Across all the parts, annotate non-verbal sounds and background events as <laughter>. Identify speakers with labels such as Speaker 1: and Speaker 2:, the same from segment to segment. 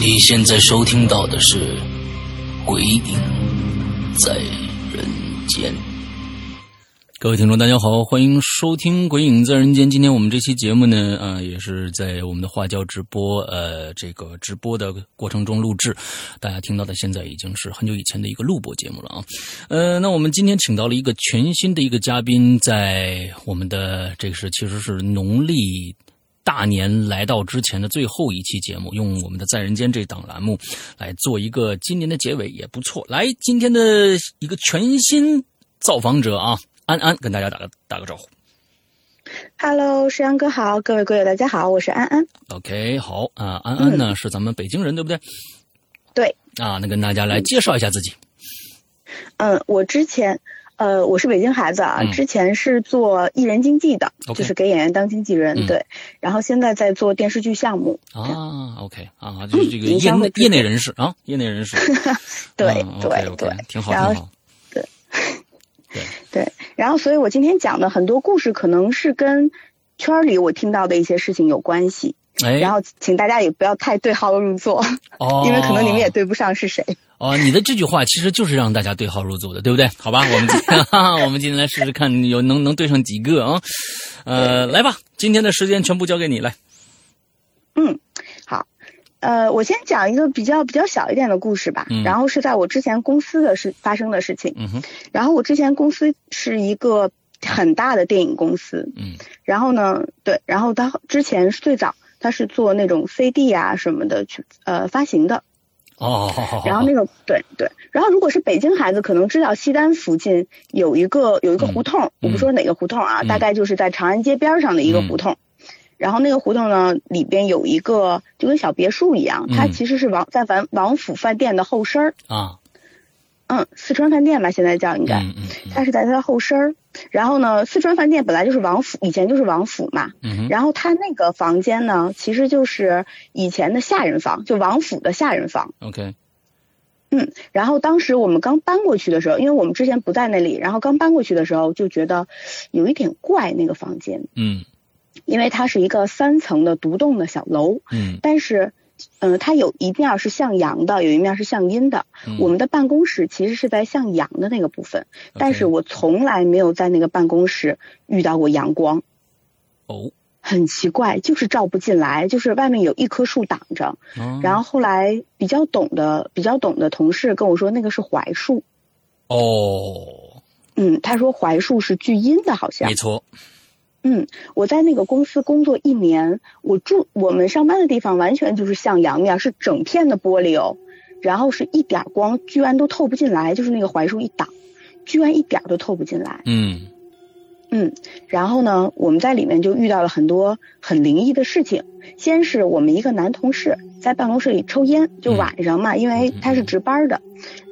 Speaker 1: 你现在收听到的是《鬼影在人间》。各位听众，大家好，欢迎收听《鬼影在人间》。今天我们这期节目呢，啊、也是在我们的花椒直播，呃，这个直播的过程中录制。大家听到的现在已经是很久以前的一个录播节目了啊。呃，那我们今天请到了一个全新的一个嘉宾，在我们的这个是其实是农历大年来到之前的最后一期节目，用我们的《在人间》这档栏目来做一个今年的结尾也不错。来，今天的一个全新造访者啊，安安跟大家打个打个招呼。
Speaker 2: Hello，石阳哥好，各位鬼友大家好，我是安安。
Speaker 1: OK，好啊，安安呢、是咱们北京人，对不对？
Speaker 2: 嗯对，
Speaker 1: 啊，那跟大家来介绍一下自己。
Speaker 2: 嗯，我之前，呃，我是北京孩子啊，
Speaker 1: 嗯
Speaker 2: 之前是做艺人经纪的
Speaker 1: OK
Speaker 2: 就是给演员当经纪人，
Speaker 1: 嗯
Speaker 2: 对。然后现在在做电视剧项目，
Speaker 1: 啊，OK，啊，就是这个
Speaker 2: 嗯
Speaker 1: 业
Speaker 2: 营销
Speaker 1: 内
Speaker 2: 嗯会
Speaker 1: 业内人士啊，业内人
Speaker 2: <laughs>
Speaker 1: 士，
Speaker 2: 对、
Speaker 1: 嗯 o
Speaker 2: 对
Speaker 1: k
Speaker 2: 对
Speaker 1: o k 挺好，
Speaker 2: 然后
Speaker 1: 挺好，
Speaker 2: 对。然后，所以我今天讲的很多故事，可能是跟圈儿里我听到的一些事情有关系。
Speaker 1: 哎，
Speaker 2: 然后，请大家也不要太对号入座，
Speaker 1: 哦，
Speaker 2: 因为可能你们也对不上是谁。
Speaker 1: 哦，你的这句话其实就是让大家对号入座的，对不 <laughs> 对？好吧，我们今天
Speaker 2: <laughs>
Speaker 1: 我们今天来试试看有能能对上几个啊？呃，来吧，今天的时间全部交给你来。
Speaker 2: 呃，我先讲一个比较比较小一点的故事吧，
Speaker 1: 嗯
Speaker 2: 然后是在我之前公司的事发生的事情。
Speaker 1: 嗯哼，
Speaker 2: 然后我之前公司是一个很大的电影公司，
Speaker 1: 嗯
Speaker 2: 然后呢，对，然后他之前是最早他是做那种 CD 啊什么的去呃发行的，
Speaker 1: 哦，好好好，
Speaker 2: 然后那个对对，然后如果是北京孩子可能知道西单附近有一个有一个胡同，我不说哪个胡同啊，
Speaker 1: 嗯
Speaker 2: 大概就是在长安街边上的一个胡同。然后那个胡同呢，里边有一个就跟小别墅一样，它
Speaker 1: 嗯
Speaker 2: 其实是王在王王府饭店的后身儿，
Speaker 1: 啊，
Speaker 2: 嗯，四川饭店吧，现在叫应该。
Speaker 1: 嗯嗯嗯
Speaker 2: 它是在它的后身儿。然后呢，四川饭店本来就是王府，以前就是王府嘛。
Speaker 1: 嗯哼，
Speaker 2: 然后它那个房间呢，其实就是以前的下人房，就王府的下人房。
Speaker 1: ，OK，
Speaker 2: 然后当时我们刚搬过去的时候，因为我们之前不在那里，然后刚搬过去的时候就觉得有一点怪那个房间，
Speaker 1: 嗯
Speaker 2: 因为它是一个三层的独栋的小楼，
Speaker 1: 嗯，
Speaker 2: 但是。嗯，它有一面是向阳的，有一面是向阴的。
Speaker 1: 嗯
Speaker 2: 我们的办公室其实是在向阳的那个部分，但是
Speaker 1: OK
Speaker 2: 我从来没有在那个办公室遇到过阳光，
Speaker 1: 哦，
Speaker 2: 很奇怪，就是照不进来，就是外面有一棵树挡着。
Speaker 1: 啊
Speaker 2: 然后后来比较懂的、比较懂的同事跟我说，那个是槐树，
Speaker 1: 哦，
Speaker 2: 嗯，他说槐树是聚阴的，好像
Speaker 1: 没。错，
Speaker 2: 嗯，我在那个公司工作一年，我住我们上班的地方完全就是向阳面，是整片的玻璃哦，然后是一点儿光居然都透不进来，就是那个槐树一挡，居然一点儿都透不进来。
Speaker 1: 嗯
Speaker 2: 嗯，然后呢，我们在里面就遇到了很多很灵异的事情。先是我们一个男同事在办公室里抽烟，就
Speaker 1: 嗯
Speaker 2: 晚上嘛，因为他是值班的，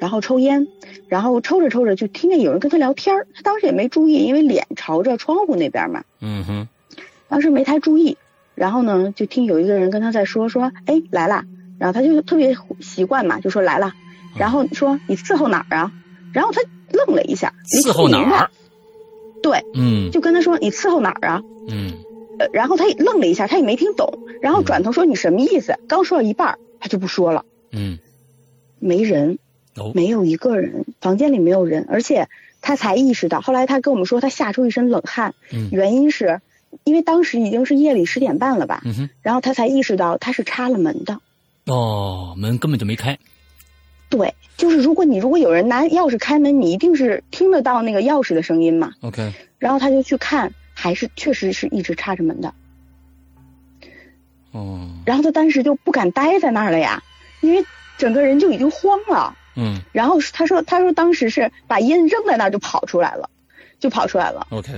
Speaker 2: 然后抽烟，然后抽着抽着就听见有人跟他聊天儿，他当时也没注意，因为脸朝着窗户那边嘛，
Speaker 1: 嗯哼，
Speaker 2: 当时没太注意。然后呢，就听有一个人跟他在说说，哎来啦，然后他就特别习惯嘛，就说来
Speaker 1: 啊
Speaker 2: 啦，然后说你伺候哪儿啊？然后他愣了一下，没
Speaker 1: 伺候
Speaker 2: 听
Speaker 1: 哪
Speaker 2: 明白
Speaker 1: 儿？
Speaker 2: 对，
Speaker 1: 嗯
Speaker 2: 就跟他说你伺候哪儿啊？
Speaker 1: 嗯，
Speaker 2: 呃，然后他也愣了一下，他也没听懂，然后转头说你什么意思？刚说到一半儿，他就不说了，
Speaker 1: 嗯
Speaker 2: 没人，
Speaker 1: 哦
Speaker 2: 没有一个人，房间里没有人，而且他才意识到，后来他跟我们说他吓出一身冷汗，
Speaker 1: 嗯
Speaker 2: 原因是因为当时已经是夜里十点半了吧，
Speaker 1: 嗯哼，
Speaker 2: 然后他才意识到他是插了门的，
Speaker 1: 哦，门根本就没开，
Speaker 2: 对，就是如果你如果有人拿钥匙开门，你一定是听得到那个钥匙的声音嘛，
Speaker 1: OK，
Speaker 2: 然后他就去看，还是确实是一直插着门的。
Speaker 1: 哦，
Speaker 2: 然后他当时就不敢待在那儿了呀，因为整个人就已经慌了。
Speaker 1: 嗯
Speaker 2: 然后是他说他说当时是把烟扔在那儿就跑出来了，就跑出来了。
Speaker 1: ，OK，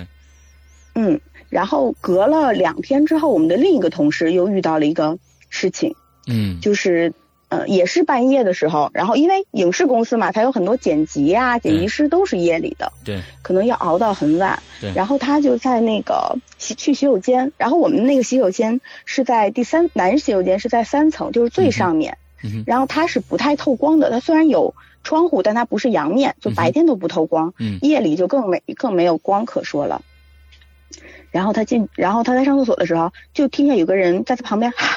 Speaker 2: 嗯，然后隔了两天之后，我们的另一个同事又遇到了一个事情，
Speaker 1: 嗯，
Speaker 2: 就是呃也是半夜的时候，然后因为影视公司嘛，它有很多剪辑啊，剪辑师都是夜里的，
Speaker 1: 对，
Speaker 2: 可能要熬到很晚
Speaker 1: 对。
Speaker 2: 然后他就在那个洗去洗手间，然后我们那个洗手间是在第三男洗手间是在三层，就是最上面。
Speaker 1: 嗯哼，
Speaker 2: 然后它是不太透光的，它虽然有窗户，但它不是阳面，就
Speaker 1: 嗯哼
Speaker 2: 白天都不透光，
Speaker 1: 嗯
Speaker 2: 夜里就更没更没有光可说了。然后他进，然后他在上厕所的时候，就听见有个人在他旁边哈，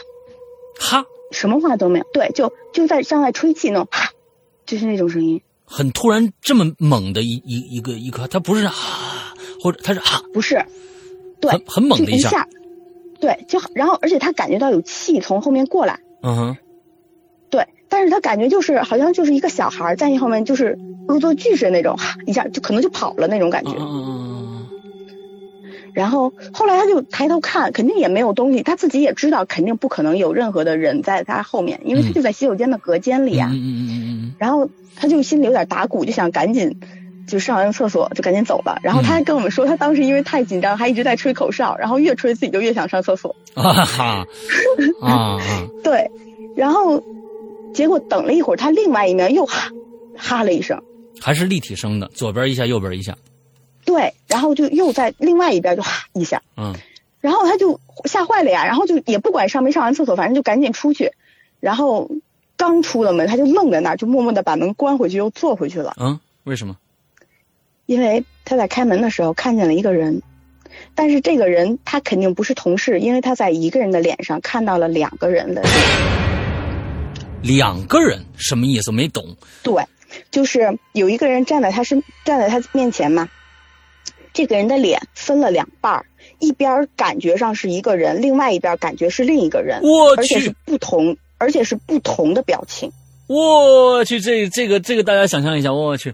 Speaker 1: 哈，
Speaker 2: 什么话都没有，对，就就在像在吹气那种哈，就是那种声音，
Speaker 1: 很突然这么猛的一一一个一个，他不是啊，或者他是啊，
Speaker 2: 不是，对，
Speaker 1: 很很猛
Speaker 2: 就
Speaker 1: 的一
Speaker 2: 一
Speaker 1: 下，
Speaker 2: 下，对，就然后而且他感觉到有气从后面过来，
Speaker 1: 嗯哼，
Speaker 2: 对，但是他感觉就是好像就是一个小孩儿在你后面就是恶作剧似的那种，哈一下就可能就跑了那种感觉
Speaker 1: 嗯。嗯
Speaker 2: 然后后来他就抬头看，肯定也没有东西，他自己也知道肯定不可能有任何的人在他后面，因为他
Speaker 1: 嗯
Speaker 2: 就在洗手间的隔间里啊。
Speaker 1: 嗯嗯嗯
Speaker 2: 然后他就心里有点打鼓，就想赶紧就上完厕所就赶紧走了。然后
Speaker 1: 嗯
Speaker 2: 他还跟我们说，他当时因为太紧张，还一直在吹口哨，然后越吹自己就越想上厕所。
Speaker 1: 嗯，啊哈，啊啊，
Speaker 2: 对，然后结果等了一会儿，他另外一面又哈哈了一声，
Speaker 1: 还是立体声的，左边一下，右边一下，
Speaker 2: 对，然后就又在另外一边就哈一下。
Speaker 1: 嗯
Speaker 2: 然后他就吓坏了呀，然后就也不管上没上完厕所，反正就赶紧出去。然后刚出了门，他就愣在那儿，就默默的把门关回去，又坐回去了。
Speaker 1: 嗯，为什么？
Speaker 2: 因为他在开门的时候看见了一个人，但是这个人他肯定不是同事，因为他在一个人的脸上看到了两个人的脸。
Speaker 1: 两个人什么意思？没懂，
Speaker 2: 对，就是有一个人站在他身，站在他面前嘛。这个人的脸分了两半儿，一边儿感觉上是一个人，另外一边儿感觉是另一个人。
Speaker 1: 我
Speaker 2: 而且
Speaker 1: 去
Speaker 2: 是，不同，而且是不同的表情。
Speaker 1: 我去，这这个这个，大家想象一下，我去，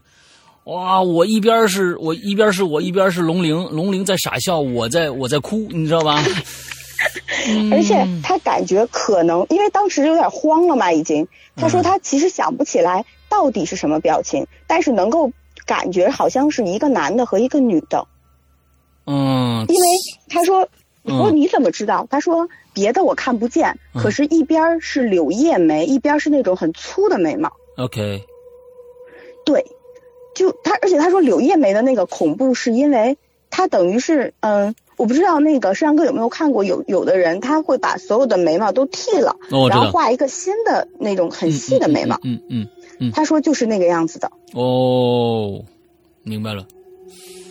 Speaker 1: 哇！我一边是我一边是我一边是龙玲，龙玲在傻笑，我在我在哭，你知道吧？嗯
Speaker 2: <laughs> 而且他感觉可能，因为当时有点慌了嘛，已经。他说
Speaker 1: 嗯
Speaker 2: 他其实想不起来到底是什么表情，但是能够感觉好像是一个男的和一个女的，
Speaker 1: 嗯
Speaker 2: 因为他说。
Speaker 1: 嗯
Speaker 2: 我说你怎么知道？他说别的我看不见，
Speaker 1: 嗯
Speaker 2: 可是一边儿是柳叶眉，一边儿是那种很粗的眉毛。
Speaker 1: ，OK，
Speaker 2: 对，就他，而且他说柳叶眉的那个恐怖是因为他等于是，嗯，我不知道那个摄像哥有没有看过，有有的人他会把所有的眉毛都剃了，
Speaker 1: 那、我知
Speaker 2: 然后
Speaker 1: 道，
Speaker 2: 画一个新的那种很
Speaker 1: 嗯
Speaker 2: 细的眉毛。
Speaker 1: 嗯嗯嗯
Speaker 2: 他说就是那个样子的，
Speaker 1: 嗯哦，明白了，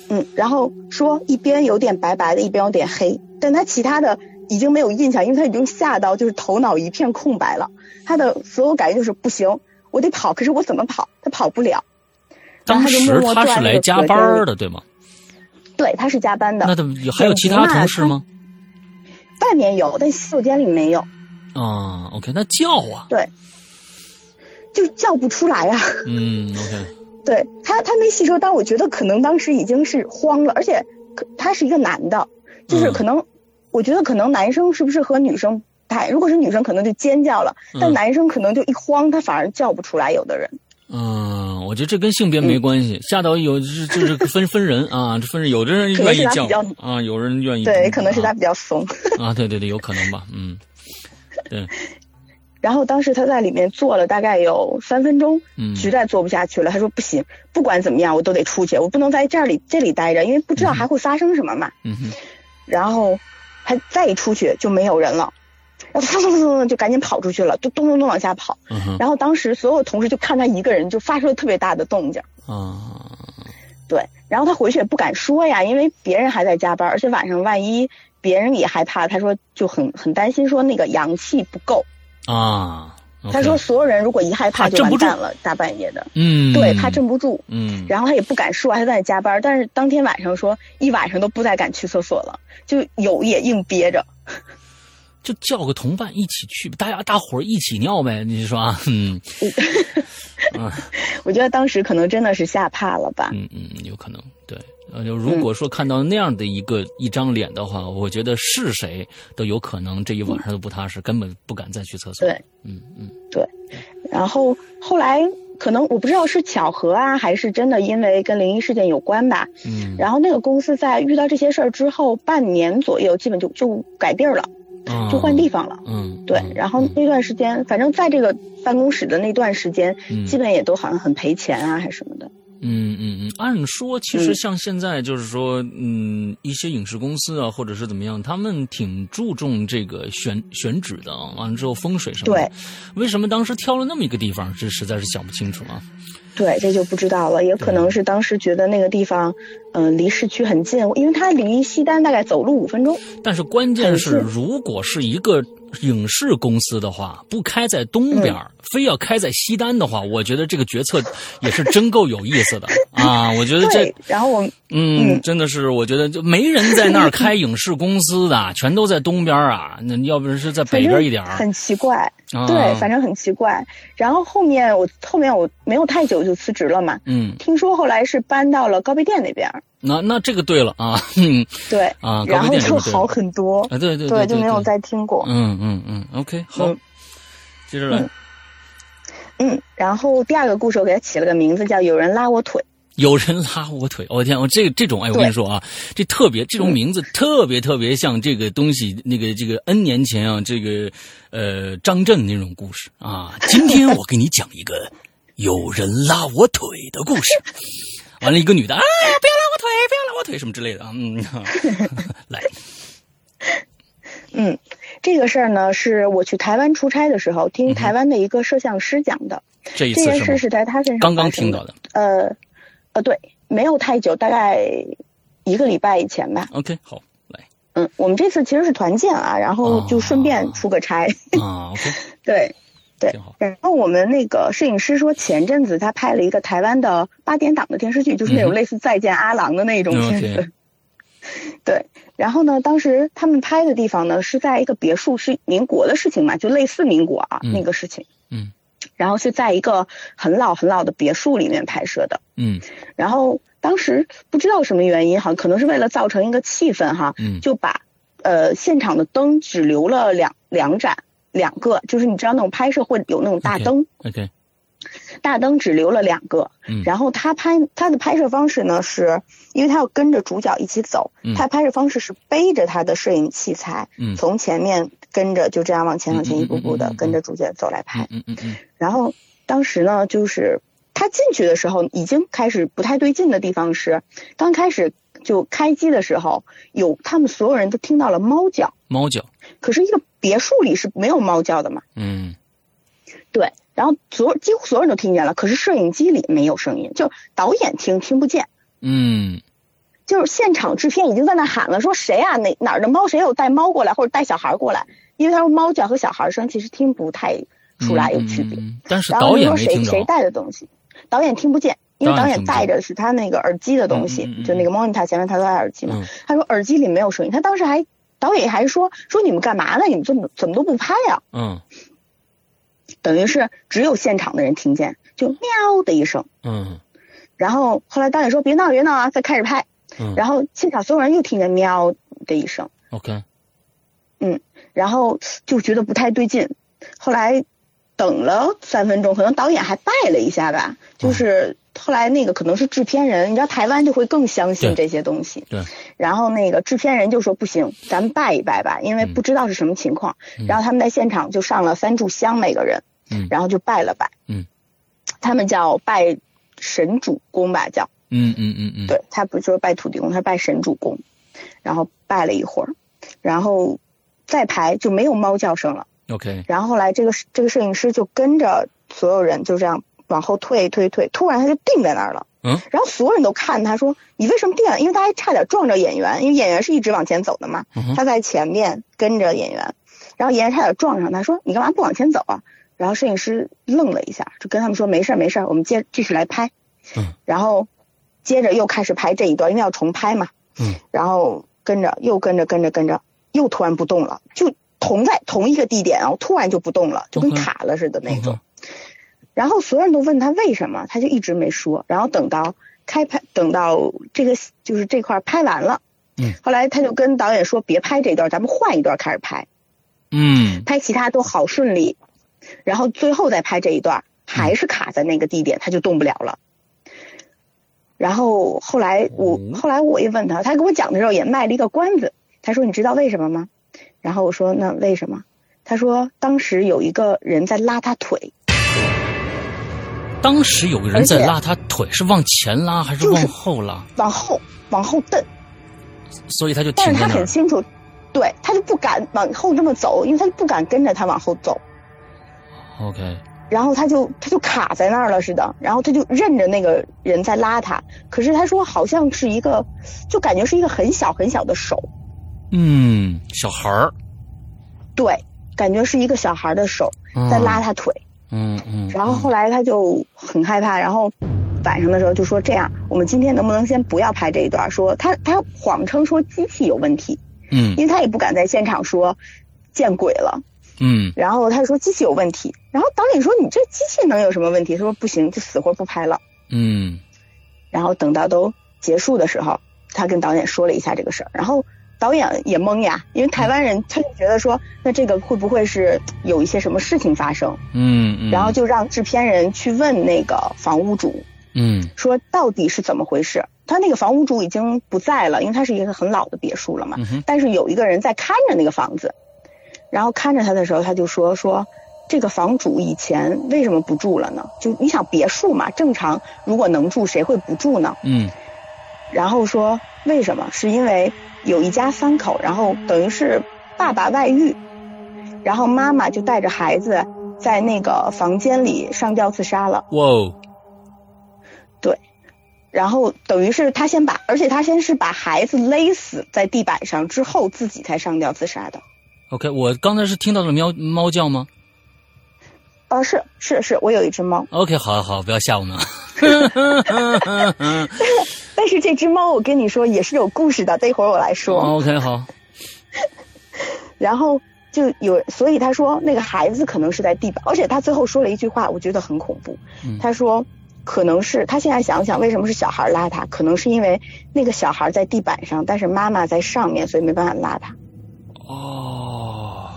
Speaker 2: 嗯，然后说一边有点白白的，一边有点黑，但他其他的已经没有印象，因为他已经吓到就是头脑一片空白了，他的所有感觉就是不行，我得跑，可是我怎么跑？他跑不了。然
Speaker 1: 当
Speaker 2: 后他就默
Speaker 1: 时
Speaker 2: 默
Speaker 1: 他
Speaker 2: 坐在
Speaker 1: 是
Speaker 2: 那
Speaker 1: 来
Speaker 2: 个
Speaker 1: 加
Speaker 2: 隔
Speaker 1: 班
Speaker 2: 间里
Speaker 1: 儿的，对吗？
Speaker 2: 对，他是加班的
Speaker 1: 那，怎么有还有其他同事吗？
Speaker 2: 外面有，但洗手间里没有，
Speaker 1: 啊，OK，那叫啊，
Speaker 2: 对，就叫不出来呀、啊
Speaker 1: 嗯，OK，
Speaker 2: 对他，他没细说，但我觉得可能当时已经是慌了，而且可他是一个男的，就是
Speaker 1: 嗯
Speaker 2: 可能，我觉得可能男生是不是和女生不太，如果是女生可能就尖叫了，但
Speaker 1: 嗯
Speaker 2: 男生可能就一慌，他反而叫不出来。有的人，
Speaker 1: 嗯，我觉得这跟性别没关系，吓到有就是就是分分人啊，这分人，有的人愿意叫
Speaker 2: 可能是他比
Speaker 1: 啊，有人愿意
Speaker 2: 对，可能是他
Speaker 1: 啊
Speaker 2: 比较怂。
Speaker 1: 啊，对对对，有可能吧，嗯，对，
Speaker 2: 然后当时他在里面坐了大概有三分钟，
Speaker 1: 嗯
Speaker 2: 实在坐不下去了，他说不行，不管怎么样我都得出去，我不能在这里这里待着，因为不知道还会发生什么嘛。
Speaker 1: 嗯哼，
Speaker 2: 然后他再一出去就没有人了，然后他咚咚咚咚就赶紧跑出去了，就咚咚咚往下跑。
Speaker 1: 嗯哼，
Speaker 2: 然后当时所有同事就看他一个人，就发出了特别大的动静。
Speaker 1: 啊，
Speaker 2: 对，然后他回去也不敢说呀，因为别人还在加班，而且晚上万一别人也害怕，他说就很很担心，说那个阳气不够。
Speaker 1: 啊
Speaker 2: 他说，所有人如果一害
Speaker 1: 怕
Speaker 2: 怕就
Speaker 1: 镇不
Speaker 2: 完
Speaker 1: 住
Speaker 2: 蛋了，大半夜的，
Speaker 1: 嗯，
Speaker 2: 对，怕镇不住。
Speaker 1: 嗯，
Speaker 2: 然后他也不敢说，还在那加班。但是当天晚上说一晚上都不再敢去厕所了，就有也硬憋着。
Speaker 1: 就叫个同伴一起去，大家大伙儿一起尿呗，你说啊，嗯
Speaker 2: 我觉得当时可能真的是吓怕了吧。
Speaker 1: 嗯嗯，有可能，对，呃，就如果
Speaker 2: 嗯
Speaker 1: 说看到那样的一个、嗯、一张脸的话，我觉得是谁都有可能这一晚上都不踏实，嗯、根本不敢再去厕所。
Speaker 2: 对，
Speaker 1: 嗯嗯，
Speaker 2: 对。然后后来可能我不知道是巧合啊，还是真的因为跟灵异事件有关吧。
Speaker 1: 嗯。
Speaker 2: 然后那个公司在遇到这些事儿之后，半年左右基本就就改地儿了。
Speaker 1: 啊
Speaker 2: 就换地方了，
Speaker 1: 嗯，
Speaker 2: 对，然后那段时间，反正在这个办公室的那段时间，基本也都好像很赔钱啊，还是什么的。
Speaker 1: 嗯嗯嗯，按说其实像现在就是说，嗯，一些影视公司啊，或者是怎么样，他们挺注重这个选选址的啊，完了之后风水什么。
Speaker 2: 对。
Speaker 1: 为什么当时挑了那么一个地方？这实在是想不清楚啊。
Speaker 2: 对，这就不知道了，也可能是
Speaker 1: 嗯
Speaker 2: 当时觉得那个地方，嗯、呃，离市区很近，因为它离西单大概走路五分钟。
Speaker 1: 但是关键是，如果是一个影视公司的话，不开在东边，嗯、非要开在西单的话，我觉得这个决策也是真够有意思的啊！我觉得这，
Speaker 2: 然后我，
Speaker 1: 嗯，嗯真的是，我觉得就没人在那儿开影视公司的，全都在东边啊，那要不然是在北边一点啊
Speaker 2: 很奇怪。
Speaker 1: 嗯
Speaker 2: 对，反正很奇怪。然后后面我后面我没有太久就辞职了嘛。
Speaker 1: 嗯，
Speaker 2: 听说后来是搬到了高碑店那边。
Speaker 1: 那那这个对了啊， <laughs> 嗯，
Speaker 2: 对
Speaker 1: 啊，
Speaker 2: 然后就好很多。
Speaker 1: 啊，对对
Speaker 2: 对，就没有再听过。
Speaker 1: 嗯嗯嗯，OK，好，接着来。
Speaker 2: 嗯，然后第二个故事我给它起了个名字叫“有人拉我腿”。
Speaker 1: 有人拉我腿，我、哦、天！我这这种哎，我跟你说啊，这特别这种
Speaker 2: 嗯
Speaker 1: 名字特别特别像这个东西，那个这个 N 年前啊，这个呃张震那种故事啊。今天我给你讲一个有人拉我腿的故事。完了，一个女的啊，不要拉我腿，不要拉我腿，什么之类的啊。嗯， <laughs> 来，
Speaker 2: 嗯，这个事儿呢，是我去台湾出差的时候听台湾的一个摄像师讲的。
Speaker 1: 嗯、这
Speaker 2: 这件事是在他身上
Speaker 1: 刚刚听到的。
Speaker 2: 呃。呃，对，没有太久，大概一个礼拜以前吧。
Speaker 1: OK，好，来，
Speaker 2: <laughs> 嗯，我们这次其实是团建啊，然
Speaker 1: 哦
Speaker 2: 后就顺便出个差。
Speaker 1: 啊，OK，
Speaker 2: 对，对，然后我们那个摄影师说，前阵子他拍了一个台湾的八点档的电视剧，就是那种类似《再见阿郎》的那种片子。
Speaker 1: 嗯
Speaker 2: <laughs> okay. 对，然后呢，当时他们拍的地方呢是在一个别墅，是民国的事情嘛，就类似民国啊、
Speaker 1: 嗯、
Speaker 2: 那个事情。
Speaker 1: 嗯。
Speaker 2: 然后是在一个很老很老的别墅里面拍摄的，
Speaker 1: 嗯，
Speaker 2: 然后当时不知道什么原因哈，可能是为了造成一个气氛哈，
Speaker 1: 嗯，
Speaker 2: 就把呃现场的灯只留了两两盏，两个，就是你知道那种拍摄会有那种大灯
Speaker 1: ，OK，, okay.
Speaker 2: 大灯只留了两个，
Speaker 1: 嗯，
Speaker 2: 然后他拍他的拍摄方式呢，是因为他要跟着主角一起走，
Speaker 1: 嗯、
Speaker 2: 他拍摄方式是背着他的摄影器材，
Speaker 1: 嗯，
Speaker 2: 从前面。跟着就这样往前往前一步步的跟着主角走来拍，
Speaker 1: 嗯嗯嗯。
Speaker 2: 然后当时呢，就是他进去的时候已经开始不太对劲的地方是，刚开始就开机的时候，有他们所有人都听到了猫叫，
Speaker 1: 猫叫。
Speaker 2: 可是，一个别墅里是没有猫叫的嘛？
Speaker 1: 嗯，
Speaker 2: 对。然后所几乎所有人都听见了，可是摄影机里没有声音，就导演听听不见。
Speaker 1: 嗯。
Speaker 2: 就是现场制片已经在那喊了，说谁啊哪哪儿的猫，谁有带猫过来或者带小孩过来，因为他说猫叫和小孩声其实听不太出来有区别。
Speaker 1: 嗯、但是导演
Speaker 2: 说谁谁带的东西，导演听不见，因为
Speaker 1: 导
Speaker 2: 演带着是他那个耳机的东西，
Speaker 1: 嗯嗯、嗯
Speaker 2: 就那个 monitor 前面他都戴耳机嘛。他说耳机里没有声音，他当时还导演还说说你们干嘛呢？你们怎么怎么都不拍呀、
Speaker 1: 啊？嗯，
Speaker 2: 等于是只有现场的人听见，就喵的一声。
Speaker 1: 嗯，
Speaker 2: 然后后来导演说别闹别闹啊，再开始拍。
Speaker 1: 嗯、
Speaker 2: 然后现场所有人又听见喵的一声
Speaker 1: ，OK，
Speaker 2: 嗯，然后就觉得不太对劲，后来等了三分钟，可能导演还拜了一下吧，
Speaker 1: 嗯
Speaker 2: 就是后来那个可能是制片人，你知道台湾就会更相信这些东西，
Speaker 1: 对，
Speaker 2: 然后那个制片人就说不行，咱们拜一拜吧，因为不知道是什么情况，
Speaker 1: 嗯、
Speaker 2: 然后他们在现场就上了三炷香每个人，
Speaker 1: 嗯，
Speaker 2: 然后就拜了拜，
Speaker 1: 嗯，
Speaker 2: 他们叫拜神主公吧叫。
Speaker 1: 嗯嗯嗯嗯，
Speaker 2: 对他不就是拜土地公，他拜神主公，然后拜了一会儿，然后再排就没有猫叫声了。
Speaker 1: OK。
Speaker 2: 然后后来这个这个摄影师就跟着所有人就这样往后退退退，突然他就定在那儿了。
Speaker 1: 嗯。
Speaker 2: 然后所有人都看他说：“你为什么定？”啊因为大家差点撞着演员，因为演员是一直往前走的嘛。
Speaker 1: 嗯、
Speaker 2: 他在前面跟着演员，然后演员差点撞上他，说：“你干嘛不往前走啊？”然后摄影师愣了一下，就跟他们说：“没事儿没事儿，我们接继续来拍。”
Speaker 1: 嗯。
Speaker 2: 然后。接着又开始拍这一段，因为要重拍嘛。
Speaker 1: 嗯。
Speaker 2: 然后跟着又跟着跟着跟着，又突然不动了，就同在同一个地点，然后突然就不动了，就跟卡了似的那种。
Speaker 1: 嗯、
Speaker 2: 然后所有人都问他为什么，他就一直没说。然后等到开拍，等到这个就是这块拍完了，
Speaker 1: 嗯，
Speaker 2: 后来他就跟导演说别拍这段，咱们换一段开始拍，
Speaker 1: 嗯
Speaker 2: 拍其他都好顺利，然后最后再拍这一段，还是卡在那个地
Speaker 1: 嗯
Speaker 2: 点，他就动不了了。然后后来我
Speaker 1: 哦
Speaker 2: 后来我也问他，他给我讲的时候也卖了一个关子，他说你知道为什么吗？然后我说那为什么？他说当时有一个人在拉他腿，
Speaker 1: 当时有个人在拉他腿，是往前拉还是往后拉？
Speaker 2: 往后往后蹬，
Speaker 1: 所以他就停
Speaker 2: 但
Speaker 1: 在
Speaker 2: 是他
Speaker 1: 那
Speaker 2: 很
Speaker 1: 儿。
Speaker 2: 清楚，对他就不敢往后那么走，因为他就不敢跟着他往后走，
Speaker 1: OK，
Speaker 2: 然后他就他就卡在那儿了似的，然后他就认着那个人在拉他，可是他说好像是一个，就感觉是一个很小很小的手，
Speaker 1: 嗯，小孩儿
Speaker 2: 对，感觉是一个小孩的手在拉，他腿，
Speaker 1: 嗯嗯，嗯
Speaker 2: 然后后来他就很害怕，然后。晚上的时候就说这样，我们今天能不能先不要拍这一段？说他他谎称说机器有问题，
Speaker 1: 嗯
Speaker 2: 因为他也不敢在现场说见鬼了，
Speaker 1: 嗯
Speaker 2: 然后他说机器有问题，然后导演说你这机器能有什么问题？他说不行，就死活不拍了。
Speaker 1: 嗯
Speaker 2: 然后等到都结束的时候，他跟导演说了一下这个事儿，然后导演也懵呀，因为台湾人他就觉得说那这个会不会是有一些什么事情发生？
Speaker 1: 嗯嗯，
Speaker 2: 然后就让制片人去问那个房屋主
Speaker 1: 嗯
Speaker 2: 说到底是怎么回事。他那个房屋主已经不在了，因为他是一个很老的别墅了嘛。
Speaker 1: 嗯哼
Speaker 2: 但是有一个人在看着那个房子，然后看着他的时候，他就说说这个房主以前为什么不住了呢？就你想别墅嘛，正常如果能住，谁会不住呢？
Speaker 1: 嗯
Speaker 2: 然后说为什么？是因为有一家三口，然后等于是爸爸外遇，然后妈妈就带着孩子在那个房间里上吊自杀了。
Speaker 1: 哇哦，
Speaker 2: 然后等于是他先把，而且他先是把孩子勒死在地板上，之后自己才上吊自杀的。
Speaker 1: OK，我刚才是听到了喵猫叫吗
Speaker 2: 啊，是是是，我有一只猫，
Speaker 1: ？OK，好好，不要吓我们啊！
Speaker 2: 但是这只猫我跟你说也是有故事的，待会儿我来说。
Speaker 1: OK，好，
Speaker 2: 然后就有，所以他说那个孩子可能是在地板，而且他最后说了一句话，我觉得很恐怖
Speaker 1: 嗯。
Speaker 2: 他说，可能是他现在想想为什么是小孩拉他，可能是因为那个小孩在地板上，但是妈妈在上面，所以没办法拉他。
Speaker 1: 哦，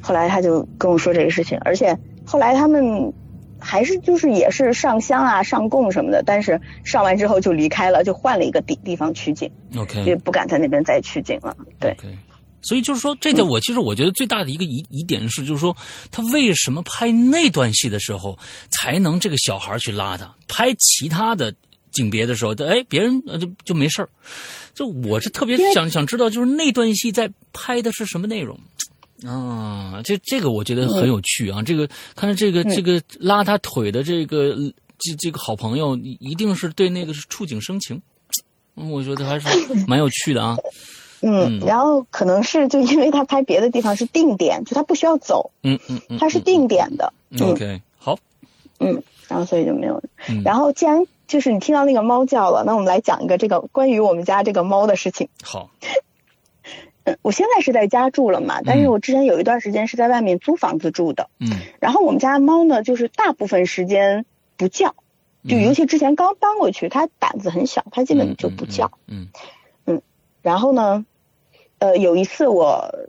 Speaker 2: 后来他就跟我说这个事情，而且后来他们。还是就是也是上香啊、上供什么的，但是上完之后就离开了，就换了一个地地方取景。
Speaker 1: OK，
Speaker 2: 也不敢在那边再取景了。对嗯
Speaker 1: OK，所以就是说，这点我其实我觉得最大的一个疑疑点是，就是说他为什么拍那段戏的时候才能这个小孩去拉他，拍其他的景别的时候，哎，别人呃就就没事儿。就我是特别
Speaker 2: 因为
Speaker 1: 想想知道，就是那段戏在拍的是什么内容。啊，这这个我觉得很有趣啊！这个看来这个
Speaker 2: 嗯
Speaker 1: 这个拉他腿的这个这这个好朋友，一一定是对那个是触景生情，嗯，我觉得还是蛮有趣的啊。
Speaker 2: 嗯，然后可能是就因为他拍别的地方是定点， <laughs> 就他不需要走，
Speaker 1: 嗯嗯嗯，
Speaker 2: 他是定点的。嗯
Speaker 1: OK，好，
Speaker 2: 嗯，然后所以就没有
Speaker 1: 嗯。
Speaker 2: 然后既然就是你听到那个猫叫了，那我们来讲一个这个关于我们家这个猫的事情。 <laughs>
Speaker 1: 好，
Speaker 2: 嗯，我现在是在家住了嘛，但是我之前有一段时间是在外面租房子住的。
Speaker 1: 嗯
Speaker 2: 然后我们家猫呢，就是大部分时间不叫，就
Speaker 1: 嗯
Speaker 2: 尤其之前刚搬过去，它胆子很小，它基本就不叫。，
Speaker 1: 嗯
Speaker 2: 然后呢，呃，有一次我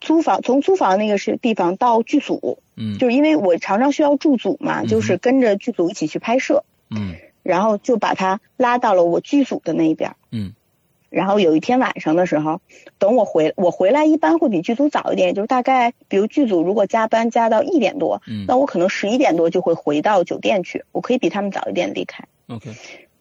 Speaker 2: 租房，从租房那个是地方到剧组，
Speaker 1: 嗯
Speaker 2: 就是因为我常常需要驻组嘛，
Speaker 1: 哼
Speaker 2: 就是跟着剧组一起去拍摄，
Speaker 1: 嗯
Speaker 2: 然后就把它拉到了我剧组的那一边。
Speaker 1: 嗯
Speaker 2: 然后有一天晚上的时候，等我回我回来一般会比剧组早一点，也就是大概比如剧组如果加班加到一点多，
Speaker 1: 嗯
Speaker 2: 那我可能十一点多就会回到酒店去，我可以比他们早一点离开。
Speaker 1: ，OK，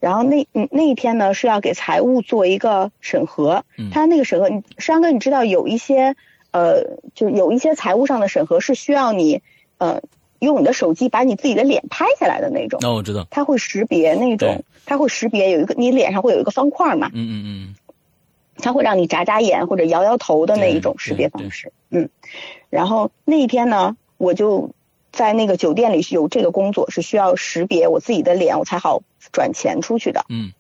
Speaker 2: 然后那嗯那一天呢是要给财务做一个审核
Speaker 1: 嗯，
Speaker 2: 他那个审核，你山哥你知道有一些呃，就有一些财务上的审核是需要你呃用你的手机把你自己的脸拍下来的那种，
Speaker 1: 那我知道，
Speaker 2: 它会识别那
Speaker 1: 哦对
Speaker 2: 种，它会识别有一个你脸上会有一个方块嘛，
Speaker 1: 嗯嗯
Speaker 2: 它会让你眨眨眼或者摇摇头的那一种
Speaker 1: 对
Speaker 2: 识别方式，嗯，然后那一天呢我就。在那个酒店里是有这个工作，是需要识别我自己的脸，我才好转钱出去的。
Speaker 1: 嗯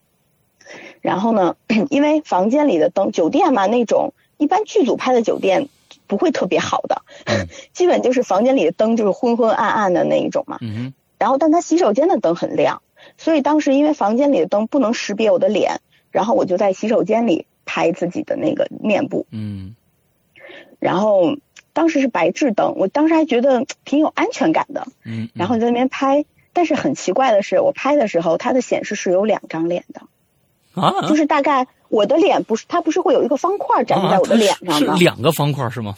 Speaker 2: 然后呢， <clears throat> 因为房间里的灯，酒店嘛那种，一般剧组拍的酒店不会特别好的，
Speaker 1: 嗯
Speaker 2: <laughs> 基本就是房间里的灯就是昏昏暗暗的那一种嘛。
Speaker 1: 嗯嗯
Speaker 2: 然后，但他洗手间的灯很亮，所以当时因为房间里的灯不能识别我的脸，然后我就在洗手间里拍自己的那个面部，
Speaker 1: 嗯
Speaker 2: 然后当时是白炽灯，我当时还觉得挺有安全感的，
Speaker 1: 嗯，
Speaker 2: 然后在那边拍。但是很奇怪的是，我拍的时候，它的显示是有两张脸的，
Speaker 1: 啊，
Speaker 2: 就是大概我的脸不是它不是会有一个方块展示在我的脸
Speaker 1: 啊
Speaker 2: 上
Speaker 1: 是
Speaker 2: 吗
Speaker 1: 是？两个方块是吗？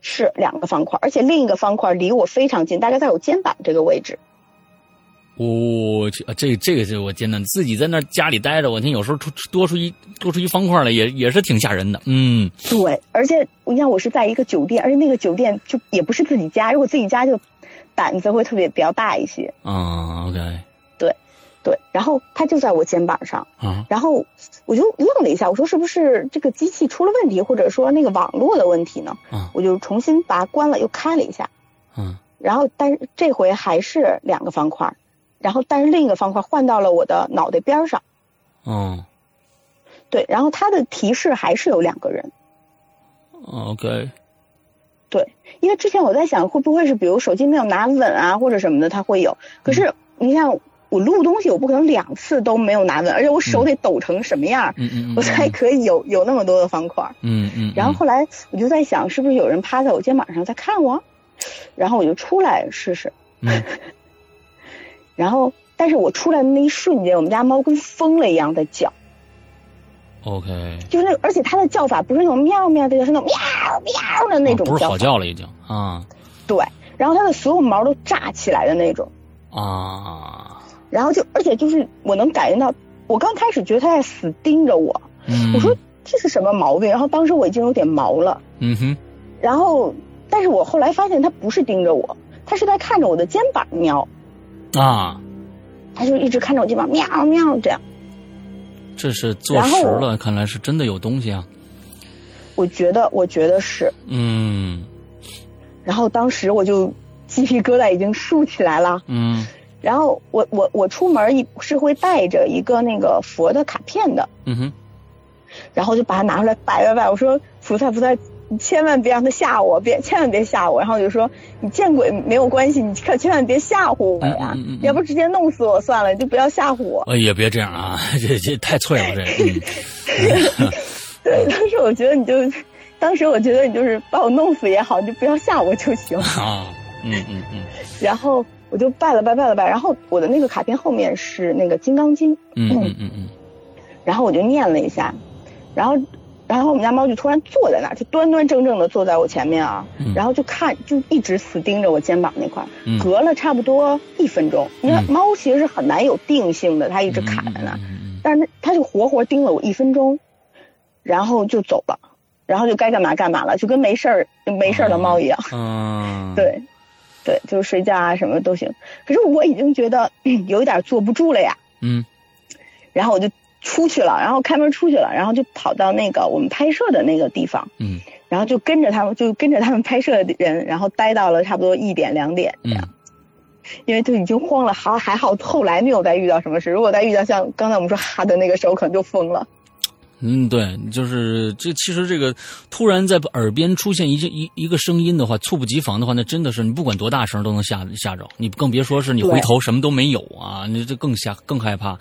Speaker 2: 是两个方块，而且另一个方块离我非常近，大概在我肩膀这个位置。
Speaker 1: 哦，这这这个是我天呐，自己在那儿家里待着，我天，有时候出多出一多出一方块来，也也是挺吓人的。嗯，
Speaker 2: 对，而且你看，我是在一个酒店，而且那个酒店就也不是自己家，如果自己家就胆子会特别比较大一些。
Speaker 1: 啊，OK，
Speaker 2: 对，然后它就在我肩膀上，
Speaker 1: 啊，
Speaker 2: 然后我就愣了一下，我说是不是这个机器出了问题，或者说那个网络的问题呢？
Speaker 1: 啊
Speaker 2: 我就重新把它关了，又开了一下，
Speaker 1: 啊，
Speaker 2: 然后但是这回还是两个方块，然后但是另一个方块换到了我的脑袋边上，
Speaker 1: 哦、
Speaker 2: 对，然后它的提示还是有两个人。
Speaker 1: o k
Speaker 2: 因为之前我在想，会不会是比如手机没有拿稳啊，或者什么的，它会有。可
Speaker 1: 嗯
Speaker 2: 是你像我录东西，我不可能两次都没有拿稳，而且我手得抖成什么样儿，
Speaker 1: 嗯嗯，嗯
Speaker 2: 我才，可以有有那么多的方块儿。
Speaker 1: 嗯嗯，嗯
Speaker 2: 然后，后来我就在想，是不是有人趴在我肩膀上在看我？然后我就出来试试。
Speaker 1: 嗯
Speaker 2: 然后，但是我出来的那一瞬间，我们家猫跟疯了一样在叫，
Speaker 1: ，OK，
Speaker 2: 就是那，而且它的叫法不是那种喵喵的，是那种喵喵的那种
Speaker 1: 哦不是
Speaker 2: 叫
Speaker 1: 好
Speaker 2: 法。
Speaker 1: 叫了已经啊
Speaker 2: 对，然后它的所有毛都炸起来的那种。
Speaker 1: 啊，
Speaker 2: 然后就，而且就是我能感觉到，我刚开始觉得他在死盯着我，
Speaker 1: 嗯，
Speaker 2: 我说这是什么毛病？然后当时我已经有点毛了，
Speaker 1: 嗯哼，
Speaker 2: 然后，但是我后来发现他不是盯着我，他是在看着我的肩膀瞄，
Speaker 1: 啊，
Speaker 2: 他就一直看着我肩膀喵喵这样。
Speaker 1: 这是坐实了，看来是真的有东西啊，
Speaker 2: 我觉得，我觉得是，
Speaker 1: 嗯
Speaker 2: 然后当时我就 <laughs> 鸡皮疙瘩已经竖起来了。
Speaker 1: 嗯
Speaker 2: 然后我我我出门一是会带着一个那个佛的卡片的，
Speaker 1: 嗯哼，
Speaker 2: 然后就把它拿出来摆摆摆，我说菩萨菩萨，你千万别让他吓我，别千万别吓我。然后我就说你见鬼没有关系，你可千万别吓唬我呀，
Speaker 1: 嗯嗯嗯嗯
Speaker 2: 要不直接弄死我算了，你就不要吓唬我。
Speaker 1: 哎也别这样啊，这这太脆了这，
Speaker 2: 对，当时我觉得你就，当时我觉得你就是把我弄死也好，你就不要吓我就行。
Speaker 1: 嗯啊，嗯嗯嗯
Speaker 2: 然后我就拜了拜拜了拜，然后我的那个卡片后面是那个金刚经，
Speaker 1: 嗯嗯嗯嗯，
Speaker 2: 然后我就念了一下，然后。然后我们家猫就突然坐在那儿，就端端正正的坐在我前面啊，
Speaker 1: 嗯
Speaker 2: 然后就看，就一直死盯着我肩膀那块儿。
Speaker 1: 嗯
Speaker 2: 隔了差不多一分钟，你看
Speaker 1: 嗯
Speaker 2: 猫其实是很难有定性的，它一直卡在那儿，
Speaker 1: 嗯
Speaker 2: 但是它它就活活盯了我一分钟，然后就走了，然后就该干嘛干嘛了，就跟没事儿没事儿的猫一样。
Speaker 1: 嗯，，
Speaker 2: 对，对，就是睡觉啊什么都行。可是我已经觉得 <clears throat> 嗯有一点坐不住了呀，
Speaker 1: 嗯
Speaker 2: 然后我就出去了，然后开门出去了，然后就跑到那个我们拍摄的那个地方，
Speaker 1: 嗯
Speaker 2: 然后就跟着他们，就跟着他们拍摄的人，然后待到了差不多一点两点
Speaker 1: 嗯
Speaker 2: 这样，因为就已经慌了，还还好后来没有再遇到什么事。如果再遇到像刚才我们说哈的那个时候，可能就疯了。
Speaker 1: 嗯，对，就是这其实这个突然在耳边出现一一一个声音的话，猝不及防的话，那真的是你不管多大声都能吓吓着，你更别说是你
Speaker 2: 对
Speaker 1: 回头什么都没有啊，你这更吓更害怕。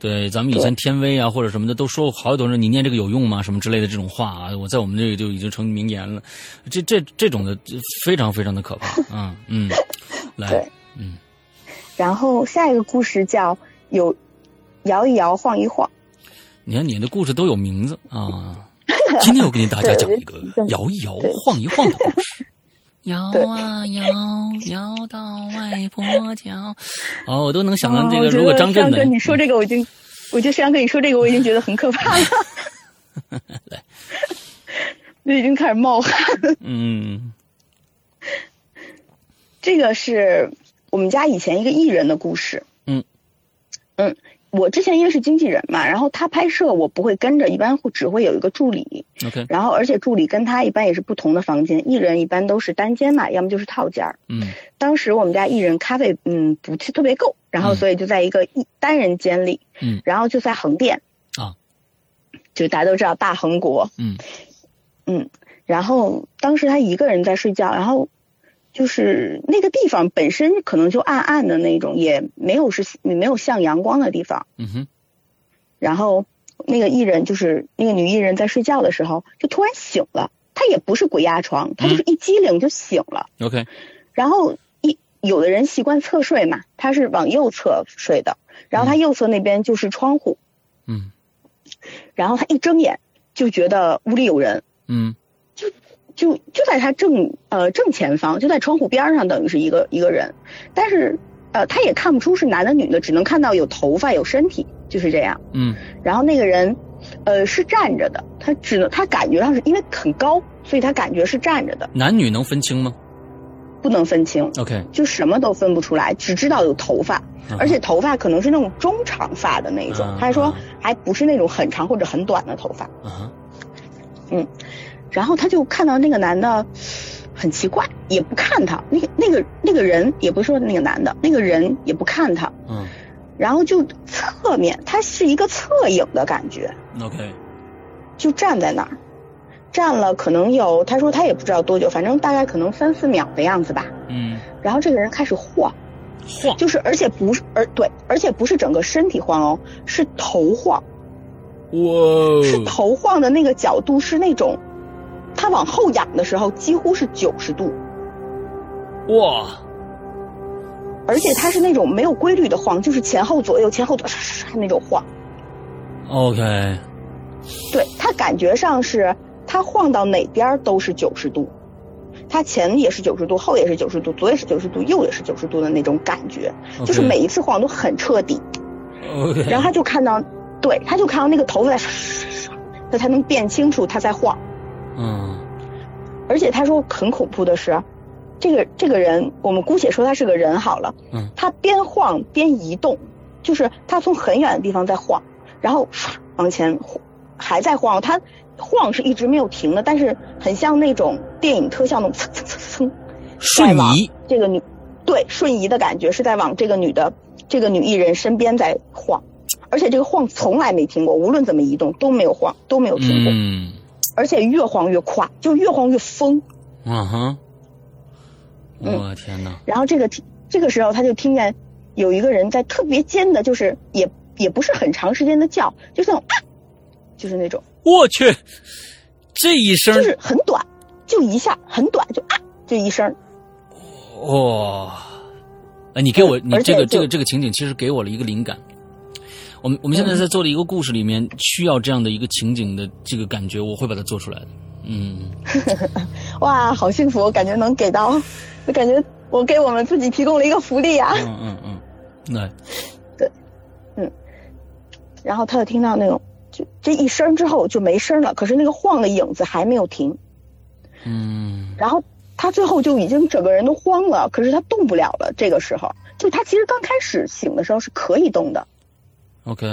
Speaker 1: 对，咱们以前天威啊或者什么的都说过好多人，你念这个有用吗？什么之类的这种话啊，我在我们这里就已经成名言了。这这这种的这非常非常的可怕啊，嗯，来
Speaker 2: 对，然后下一个故事叫有摇一摇晃一晃，
Speaker 1: 你看你的故事都有名
Speaker 2: <laughs>
Speaker 1: 字啊。今天我给你大家讲一个
Speaker 2: 对
Speaker 1: 摇一摇
Speaker 2: 对、
Speaker 1: 晃一晃的故事。 <laughs> 摇
Speaker 2: 对
Speaker 1: 啊摇，摇到外婆家。哦，我都能想到这
Speaker 2: 啊
Speaker 1: 个。
Speaker 2: 我觉
Speaker 1: 如果
Speaker 2: 得
Speaker 1: 张震的
Speaker 2: 哥，，你说这个我已经，我觉得山哥你说这个我已经觉得很可
Speaker 1: <laughs>
Speaker 2: 怕了， <laughs> 就已经开始冒汗。
Speaker 1: 嗯
Speaker 2: 这个是我们家以前一个艺人的故事。
Speaker 1: 嗯
Speaker 2: 嗯，我之前因为是经纪人嘛，然后他拍摄我不会跟着，一般会只会有一个助理，
Speaker 1: ，OK，
Speaker 2: 然后而且助理跟他一般也是不同的房间，艺人一般都是单间嘛，要么就是套间儿。
Speaker 1: 嗯
Speaker 2: 当时我们家艺人咖啡嗯不是特别够，然后
Speaker 1: 嗯
Speaker 2: 所以就在一个一单人间里，
Speaker 1: 嗯
Speaker 2: 然后就在横店
Speaker 1: 啊，
Speaker 2: 就大家都知道大横国，
Speaker 1: 嗯
Speaker 2: 嗯，然后当时他一个人在睡觉，然后就是那个地方本身可能就暗暗的那种，也没有是也没有向阳光的地方。
Speaker 1: 嗯哼，
Speaker 2: 然后那个艺人就是那个女艺人在睡觉的时候就突然醒了，她也不是鬼压床，她就是一激灵就醒了。
Speaker 1: ，OK，
Speaker 2: 然后一有的人习惯侧睡嘛，她是往右侧睡的，然后她右侧那边就是窗户，
Speaker 1: 嗯
Speaker 2: 然后她一睁眼就觉得屋里有人，
Speaker 1: 嗯
Speaker 2: 就就在他正呃正前方，就在窗户边儿上，等于是一个一个人，但是呃他也看不出是男的女的，只能看到有头发有身体，就是这样。
Speaker 1: 嗯
Speaker 2: 然后那个人呃是站着的，他只能他感觉上是因为很高，所以他感觉是站着的，
Speaker 1: 男女能分清吗
Speaker 2: 不能分清，
Speaker 1: ？OK，
Speaker 2: 就什么都分不出来，只知道有头发，
Speaker 1: 嗯
Speaker 2: 而且头发可能是那种中长发的那种
Speaker 1: 嗯，
Speaker 2: 他还说
Speaker 1: 嗯
Speaker 2: 还不是那种很长或者很短的头发。
Speaker 1: 啊哈
Speaker 2: 然后他就看到那个男的很奇怪，也不看他，那个那个那个人也不是说那个男的，那个人也不看他，
Speaker 1: 嗯
Speaker 2: 然后就侧面，他是一个侧影的感觉，
Speaker 1: ，OK，
Speaker 2: 就站在那儿，站了可能有，他说他也不知道多久，反正大概可能三四秒的样子吧。
Speaker 1: 嗯，
Speaker 2: 然后这个人开始晃，
Speaker 1: 晃
Speaker 2: 就是而且不是，而对，而且不是整个身体晃哦，是头晃，
Speaker 1: 哇
Speaker 2: 是
Speaker 1: 哦
Speaker 2: 头晃的那个角度是那种，他往后仰的时候几乎是九十度。
Speaker 1: 哇，
Speaker 2: 而且它是那种没有规律的晃，就是前后左右前后左右唰唰唰那种晃。
Speaker 1: OK，
Speaker 2: 对，它感觉上是它晃到哪边儿都是九十度，它前也是九十度，后也是九十度，左也是九十度，右也是九十度的那种感觉，就是每一次晃都很彻底。
Speaker 1: OK，
Speaker 2: 然后他就看到，对，他就看到那个头发在唰唰唰唰，他才能辨清楚他在晃。
Speaker 1: 嗯
Speaker 2: 而且他说很恐怖的是，这个这个人，我们姑且说他是个人好了，
Speaker 1: 嗯，
Speaker 2: 他边晃边移动，就是他从很远的地方在晃，然后唰往前晃还在晃，他晃是一直没有停的，但是很像那种电影特效那种蹭蹭蹭蹭蹭，
Speaker 1: 瞬
Speaker 2: 在往
Speaker 1: 移
Speaker 2: 这个女对瞬移的感觉是在往这个女的这个女艺人身边在晃，而且这个晃从来没停过，无论怎么移动都没有晃都没有停过，
Speaker 1: 嗯
Speaker 2: 而且越晃越快，就越晃越疯。
Speaker 1: 啊哈，
Speaker 2: 嗯
Speaker 1: 我天哪，
Speaker 2: 然后这个听这个时候他就听见有一个人在特别尖的，就是也也不是很长时间的叫，就是那种啊，就是那种，
Speaker 1: 我去，这一声
Speaker 2: 就是很短，就一下很短，就啊就一声，
Speaker 1: 哇、哦哎，你给我你
Speaker 2: 而且
Speaker 1: 这个这
Speaker 2: 就
Speaker 1: 个这个情景，其实给我了一个灵感。我们我们现
Speaker 2: 嗯
Speaker 1: 在在做的一个故事里面，需要这样的一个情景的这个感觉，我会把它做出来的。嗯，
Speaker 2: 哇，好幸福，我感觉能给到，我感觉我给我们自己提供了一个福利啊。
Speaker 1: 嗯嗯嗯，那
Speaker 2: 然后他就听到那种就这一声之后就没声了，可是那个晃的影子还没有停，
Speaker 1: 嗯
Speaker 2: 然后他最后就已经整个人都慌了，可是他动不了了。这个时候，就他其实刚开始醒的时候是可以动的。
Speaker 1: ，OK，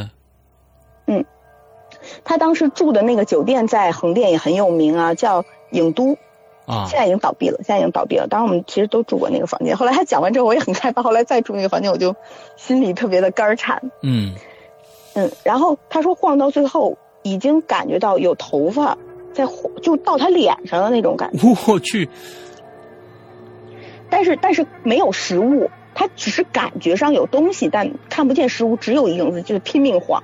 Speaker 2: 他当时住的那个酒店在横店也很有名啊，叫影都，
Speaker 1: 啊
Speaker 2: 现在已经倒闭了，现在已经倒闭了。当然我们其实都住过那个房间。后来他讲完之后，我也很害怕。后来再住那个房间，我就心里特别的肝儿颤。
Speaker 1: 嗯
Speaker 2: 嗯，然后他说晃到最后，已经感觉到有头发在晃就到他脸上的那种感觉，
Speaker 1: 我去，
Speaker 2: 但是但是没有实物，他只是感觉上有东西，但看不见实物，只有影子，就是拼命晃。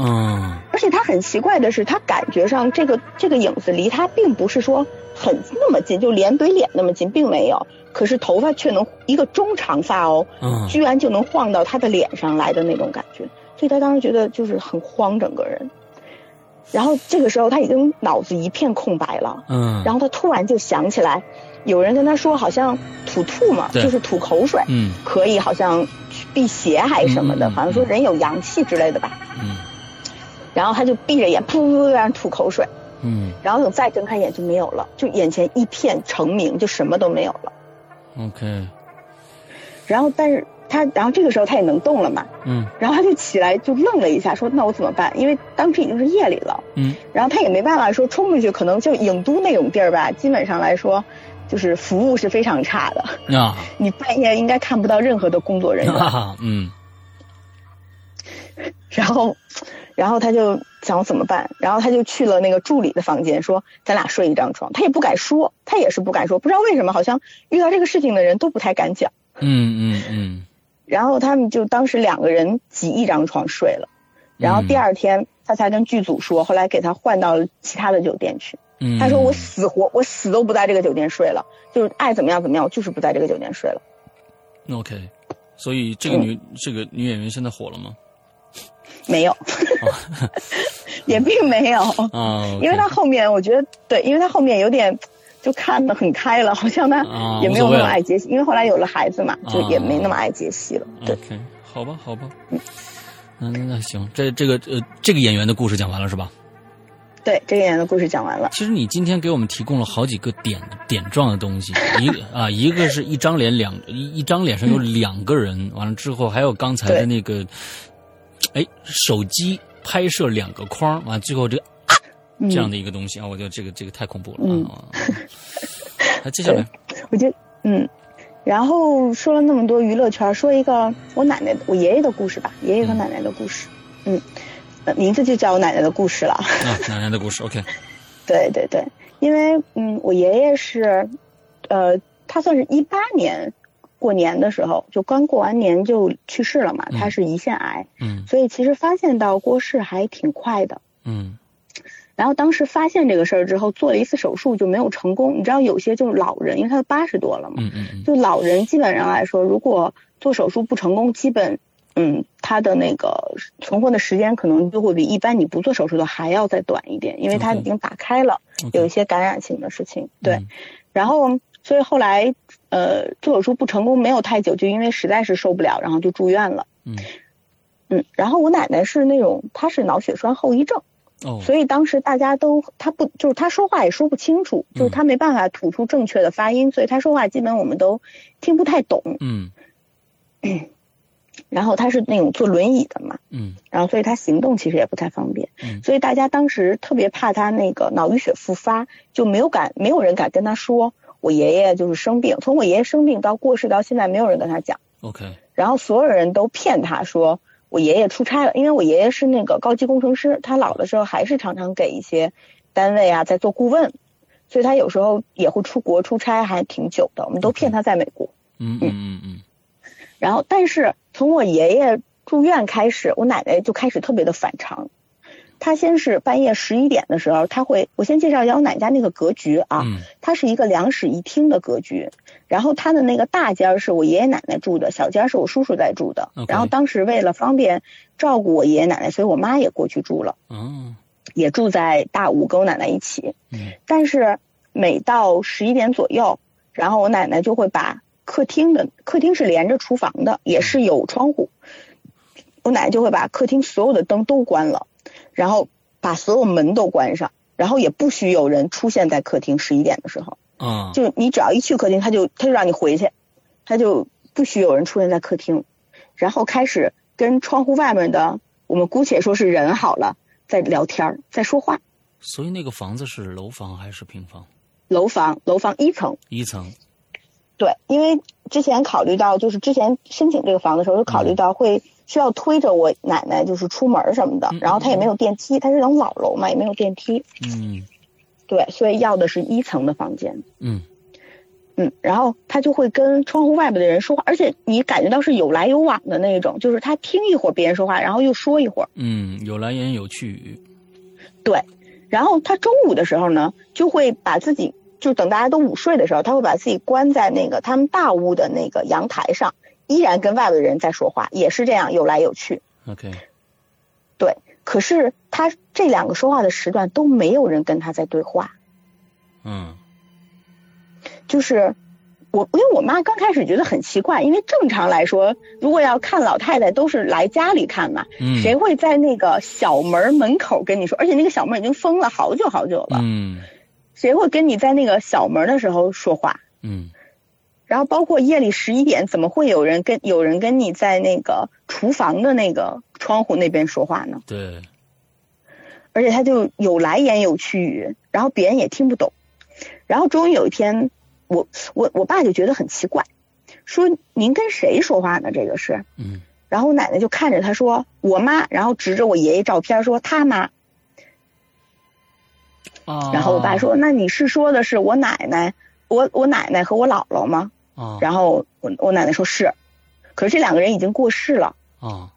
Speaker 1: 嗯
Speaker 2: 而且他很奇怪的是，他感觉上这个这个影子离他并不是说很那么近，就脸对脸那么近，并没有。可是头发却能一个中长发哦，
Speaker 1: 嗯
Speaker 2: 居然就能晃到他的脸上来的那种感觉，所以他当时觉得就是很慌，整个人。然后这个时候他已经脑子一片空白了，
Speaker 1: 嗯，
Speaker 2: 然后他突然就想起来，有人跟他说好像吐吐嘛，
Speaker 1: 对
Speaker 2: 就是吐口水，
Speaker 1: 嗯
Speaker 2: 可以好像去辟邪还是什么
Speaker 1: 嗯
Speaker 2: 的，
Speaker 1: 嗯嗯
Speaker 2: 好像说人有阳气之类的吧。
Speaker 1: 嗯
Speaker 2: 然后他就闭着眼，噗噗噗噗噗吐口水，
Speaker 1: 嗯
Speaker 2: 然后等再睁开眼就没有了，就眼前一片澄明，就什么都没有了。
Speaker 1: ，OK，
Speaker 2: 然后但是他，然后这个时候他也能动了嘛，
Speaker 1: 嗯
Speaker 2: 然后他就起来就愣了一下，说那我怎么办？因为当时已经是夜里了，
Speaker 1: 嗯
Speaker 2: 然后他也没办法说冲出去，可能就影都那种地儿吧，基本上来说。就是服务是非常差的， <laughs>
Speaker 1: 啊
Speaker 2: 你半夜应该看不
Speaker 1: <laughs> 嗯
Speaker 2: 到任何的工作人员。
Speaker 1: 啊嗯
Speaker 2: 然后，然后他就想怎么办，然后他就去了那个助理的房间，说咱俩睡一张床。他也不敢说，他也是不敢说，不知道为什么，好像遇到这个事情的人都不太敢讲。
Speaker 1: 嗯嗯嗯。
Speaker 2: 然后他们就当时两个人挤一张床睡了，然后第二天他才跟剧组说，后来给他换到了其他的酒店去。
Speaker 1: 嗯。
Speaker 2: 他说我死活我死都不在这个酒店睡了，就是爱怎么样怎么样，我就是不在这个酒店睡了。
Speaker 1: 嗯 OK，所以这个女、
Speaker 2: 嗯
Speaker 1: 这个女演员现在火了吗？
Speaker 2: 没有， <laughs> 也并没有，
Speaker 1: 啊，OK，
Speaker 2: 因为他后面我觉得对，因为他后面有点就看得很开了，好像他
Speaker 1: 啊
Speaker 2: 也没有
Speaker 1: 无所谓
Speaker 2: 那
Speaker 1: 了
Speaker 2: 么爱杰西，因为后来有了孩子嘛，就
Speaker 1: 啊嗯
Speaker 2: 也没那么爱杰西了。对，
Speaker 1: OK，好吧，好吧，嗯，那那行，这这个呃，这个演员的故事讲完了是吧？
Speaker 2: 对，这个演员的故事讲完了。
Speaker 1: 其实你今天给我们提供了好几个点点状的东西，一个啊，一个是一张脸两一一张脸上有两个人，完了之后还有刚才的
Speaker 2: 对
Speaker 1: 那个，哎，手机拍摄两个框，完了最后这个
Speaker 2: 嗯
Speaker 1: 这样的一个东西啊，我觉得这个这个太恐怖了
Speaker 2: 嗯
Speaker 1: 啊！那接下来，
Speaker 2: 我觉得，嗯，然后说了那么多娱乐圈，说一个我奶奶、我爷爷的故事吧，爷爷和
Speaker 1: 嗯
Speaker 2: 奶奶的故事。嗯，呃名字就叫我奶奶的故事了。 <laughs>
Speaker 1: 啊，奶奶的故事，OK，
Speaker 2: 对对对，因为嗯，我爷爷是，呃，他算是一八年过年的时候，就刚过完年就去世了嘛，
Speaker 1: 嗯
Speaker 2: 他是胰腺癌，
Speaker 1: 嗯
Speaker 2: 所以其实发现到郭氏还挺快的。
Speaker 1: 嗯
Speaker 2: 然后当时发现这个事儿之后，做了一次手术就没有成功。你知道有些就是老人，因为他都八十多了嘛，
Speaker 1: 嗯嗯嗯
Speaker 2: 就老人基本上来说，如果做手术不成功，基本，嗯，他的那个存活的时间可能就会比一般你不做手术的还要再短一点，因为他
Speaker 1: OK
Speaker 2: 已经打开了有
Speaker 1: 嗯
Speaker 2: 一
Speaker 1: ，OK，
Speaker 2: 些感染性的事情。对，
Speaker 1: 嗯
Speaker 2: 然后所以后来，呃，做手术不成功没有太久，就因为实在是受不了，然后就住院了。
Speaker 1: 嗯
Speaker 2: 嗯，然后我奶奶是那种她是脑血栓后遗症，
Speaker 1: 哦，
Speaker 2: 所以当时大家都她不就是她说话也说不清楚，
Speaker 1: 嗯
Speaker 2: 就是她没办法吐出正确的发音，所以她说话基本我们都听不太懂。
Speaker 1: 嗯
Speaker 2: 然后她是那种坐轮椅的嘛，
Speaker 1: 嗯
Speaker 2: 然后所以他行动其实也不太方便，
Speaker 1: 嗯
Speaker 2: 所以大家当时特别怕他那个脑淤血复发，就没有敢，没有人敢跟他说我爷爷就是生病，从我爷爷生病到过世到现在，没有人跟他讲，
Speaker 1: ，OK，
Speaker 2: 然后所有人都骗他说我爷爷出差了，因为我爷爷是那个高级工程师，他老的时候还是常常给一些单位啊在做顾问，所以他有时候也会出国出差，还挺久的，我们都骗他在美国。
Speaker 1: 嗯嗯嗯嗯
Speaker 2: 然后，但是从我爷爷住院开始，我奶奶就开始特别的反常。她先是半夜十一点的时候，她会，我先介绍一下我奶奶家那个格局啊，
Speaker 1: 嗯
Speaker 2: 它是一个两室一厅的格局。然后它的那个大间儿是我爷爷奶奶住的，小间儿是我叔叔在住的。
Speaker 1: OK
Speaker 2: 然后当时为了方便照顾我爷爷奶奶，所以我妈也过去住了，
Speaker 1: 哦，
Speaker 2: 也住在大屋跟我奶奶一起。
Speaker 1: 嗯
Speaker 2: 但是每到十一点左右，然后我奶奶就会把客厅的客厅是连着厨房的，也是有窗户，我奶奶就会把客厅所有的灯都关了，然后把所有门都关上，然后也不许有人出现在客厅。十一点的时候，
Speaker 1: 啊，
Speaker 2: 就你只要一去客厅，他就他就让你回去，他就不许有人出现在客厅，然后开始跟窗户外面的我们姑且说是人好了，在聊天儿，在说话。
Speaker 1: 所以那个房子是楼房还是平房？
Speaker 2: 楼房，楼房一层，
Speaker 1: 一层。
Speaker 2: 对，因为之前考虑到，就是之前申请这个房的时候，就
Speaker 1: 嗯
Speaker 2: 考虑到会需要推着我奶奶就是出门什么的
Speaker 1: 嗯，
Speaker 2: 然后她也没有电梯，它是那种老楼嘛，也没有电梯，
Speaker 1: 嗯
Speaker 2: 对，所以要的是一层的房间。
Speaker 1: 嗯
Speaker 2: 嗯，然后她就会跟窗户外边的人说话，而且你感觉到是有来有往的那种，就是她听一会儿别人说话，然后又说一会儿。
Speaker 1: 嗯，有来言有去语。
Speaker 2: 对，然后她中午的时候呢，就会把自己就等大家都午睡的时候，她会把自己关在那个他们大屋的那个阳台上，依然跟外边的人在说话，也是这样有来有去。
Speaker 1: OK，
Speaker 2: 对，可是他这两个说话的时段都没有人跟他在对话，
Speaker 1: 嗯
Speaker 2: 就是我，因为我妈刚开始觉得很奇怪，因为正常来说，如果要看老太太都是来家里看嘛，
Speaker 1: 嗯，
Speaker 2: 谁会在那个小门门口跟你说？而且那个小门已经封了好久好久了，
Speaker 1: 嗯
Speaker 2: 谁会跟你在那个小门的时候说话？
Speaker 1: 嗯
Speaker 2: 然后包括夜里十一点，怎么会有人跟有人跟你在那个厨房的那个窗户那边说话呢？
Speaker 1: 对，
Speaker 2: 而且他就有来言有去语，然后别人也听不懂。然后终于有一天，我我我爸就觉得很奇怪，说您跟谁说话呢？这个是。
Speaker 1: 嗯
Speaker 2: 然后我奶奶就看着他说我妈，然后指着我爷爷照片说他妈。
Speaker 1: 啊，
Speaker 2: 然后我爸说那你是说的是我奶奶，我我奶奶和我姥姥吗？
Speaker 1: 啊
Speaker 2: 然后我我奶奶说是，可是这两个人已经过世了。
Speaker 1: 啊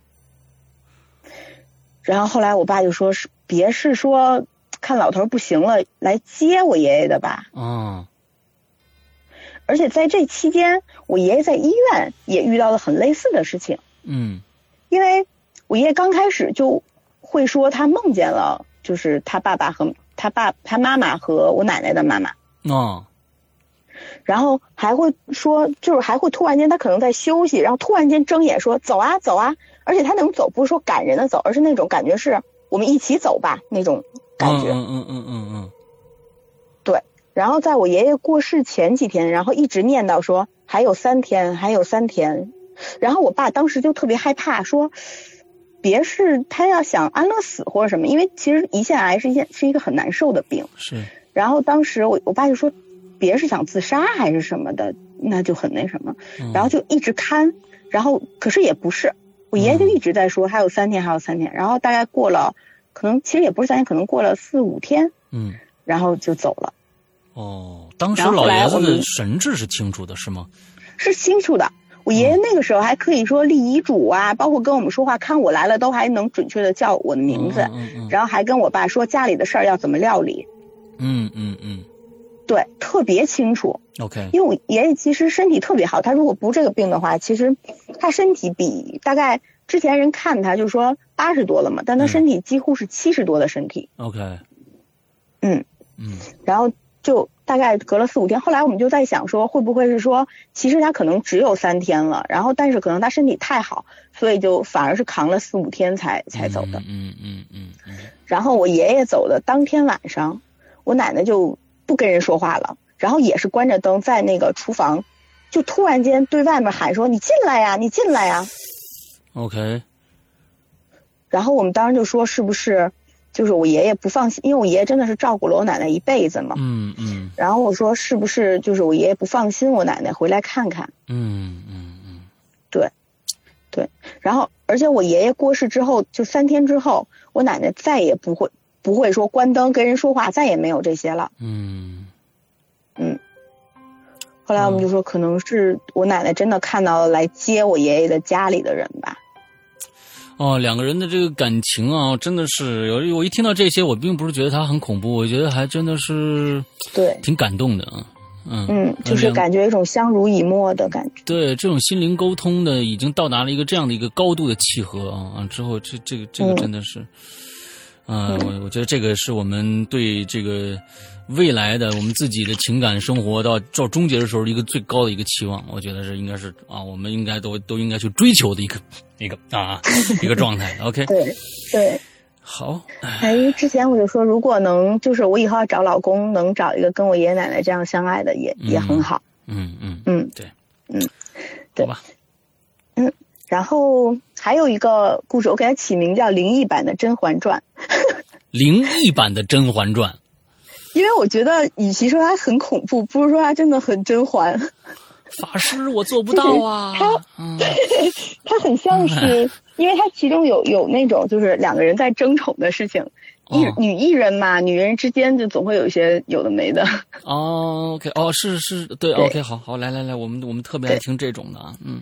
Speaker 2: 然后后来我爸就说是别是说看老头儿不行了来接我爷爷的吧。
Speaker 1: 啊
Speaker 2: 而且在这期间，我爷爷在医院也遇到了很类似的事情，
Speaker 1: 嗯
Speaker 2: 因为我爷爷刚开始就会说他梦见了，就是他爸爸和他爸、他妈妈和我奶奶的妈妈，
Speaker 1: 啊
Speaker 2: 然后还会说，就是还会突然间他可能在休息，然后突然间睁眼说走啊走啊，而且他那种走不是说赶人的走，而是那种感觉是我们一起走吧那种感觉。
Speaker 1: 嗯嗯嗯嗯嗯
Speaker 2: 然后在我爷爷过世前几天，然后一直念叨说还有三天，还有三天。然后我爸当时就特别害怕，说别是他要想安乐死或者什么，因为其实胰腺癌是一件是一个很难受的病。
Speaker 1: 是
Speaker 2: 然后当时我我爸就说别是想自杀还是什么的，那就很那什么。
Speaker 1: 嗯
Speaker 2: 然后就一直看，然后可是也不是，我爷爷就一直在说还有三天，还有三天。然后大概过了，可能其实也不是三天，可能过了四五天，
Speaker 1: 嗯
Speaker 2: 然后就走了，
Speaker 1: 哦，当时
Speaker 2: 然后后
Speaker 1: 老
Speaker 2: 来
Speaker 1: 爷子
Speaker 2: 我们
Speaker 1: 的神志是清楚的，是吗？
Speaker 2: 是清楚的。我爷爷
Speaker 1: 嗯
Speaker 2: 那个时候还可以说立遗嘱啊，包括跟我们说话，看我来了都还能准确的叫我的名字，
Speaker 1: 嗯嗯
Speaker 2: 然后还跟我爸说家里的事儿要怎么料理，
Speaker 1: 嗯嗯嗯
Speaker 2: 对，特别清楚。
Speaker 1: ，OK，
Speaker 2: 因为我爷爷其实身体特别好，他如果不这个病的话，其实他身体比大概之前人看他就说八十多了嘛，但他
Speaker 1: 嗯
Speaker 2: 身体几乎是七十多的身体，
Speaker 1: OK，
Speaker 2: 嗯
Speaker 1: 嗯
Speaker 2: 然后就大概隔了四五天，后来我们就在想说，会不会是说，其实他可能只有三天了，然后但是可能他身体太好，所以就反而是扛了四五天才才走的。
Speaker 1: 嗯嗯嗯嗯
Speaker 2: 然后我爷爷走的当天晚上，我奶奶就不跟人说话了，然后也是关着灯在那个厨房，就突然间对外面喊说：“你进来呀，你进来呀。
Speaker 1: ，OK，”
Speaker 2: 然后我们当时就说是不是就是我爷爷不放心，因为我爷爷真的是照顾了我奶奶一辈子嘛。
Speaker 1: 嗯嗯
Speaker 2: 然后我说是不是就是我爷爷不放心我奶奶回来看看？
Speaker 1: 嗯嗯嗯，
Speaker 2: 然后而且我爷爷过世之后，就三天之后，我奶奶再也不会不会说关灯跟人说话，再也没有这些了。
Speaker 1: 嗯
Speaker 2: 后来我们就说，可能是我奶奶真的看到了来接我爷爷的家里的人吧。
Speaker 1: 哦，两个人的这个感情啊，真的是有我一听到这些，我并不是觉得他很恐怖，我觉得还真的是
Speaker 2: 对，
Speaker 1: 挺感动的啊。嗯，
Speaker 2: 嗯，就是
Speaker 1: 两
Speaker 2: 感觉一种相濡以沫的感觉。
Speaker 1: 对这种心灵沟通的，已经到达了一个这样的一个高度的契合啊啊！之后这这个这个
Speaker 2: 嗯
Speaker 1: 真的是，啊、我我觉得这个是我们对这个未来的我们自己的情感生活到到终结的时候一个最高的一个期望，我觉得是应该是啊，我们应该都都应该去追求的一个一个啊一个状态。OK，
Speaker 2: <laughs> 对，对，
Speaker 1: 好，
Speaker 2: 哎，之前我就说，如果能，就是我以后要找老公，能找一个跟我爷爷奶奶这样相爱的也，也很好。
Speaker 1: 嗯嗯，
Speaker 2: 嗯，
Speaker 1: 对，
Speaker 2: 嗯，
Speaker 1: 好
Speaker 2: 对
Speaker 1: 吧，
Speaker 2: 然后还有一个故事，我给它起名叫《灵异版的甄嬛传
Speaker 1: 灵异版的《甄嬛传》。》，
Speaker 2: 因为我觉得，与其说它很恐怖，不如说它真的很甄嬛。 <laughs>
Speaker 1: 法师，我做不到啊！嗯
Speaker 2: 它很像是，因为它其中有有那种就是两个人在争宠的事情，艺、
Speaker 1: 哦
Speaker 2: 女艺人嘛，女人之间就总会有一些有的没的。
Speaker 1: 哦，OK，哦，是是，对 o k 好好，来来来，我们我们特别爱听这种的啊，嗯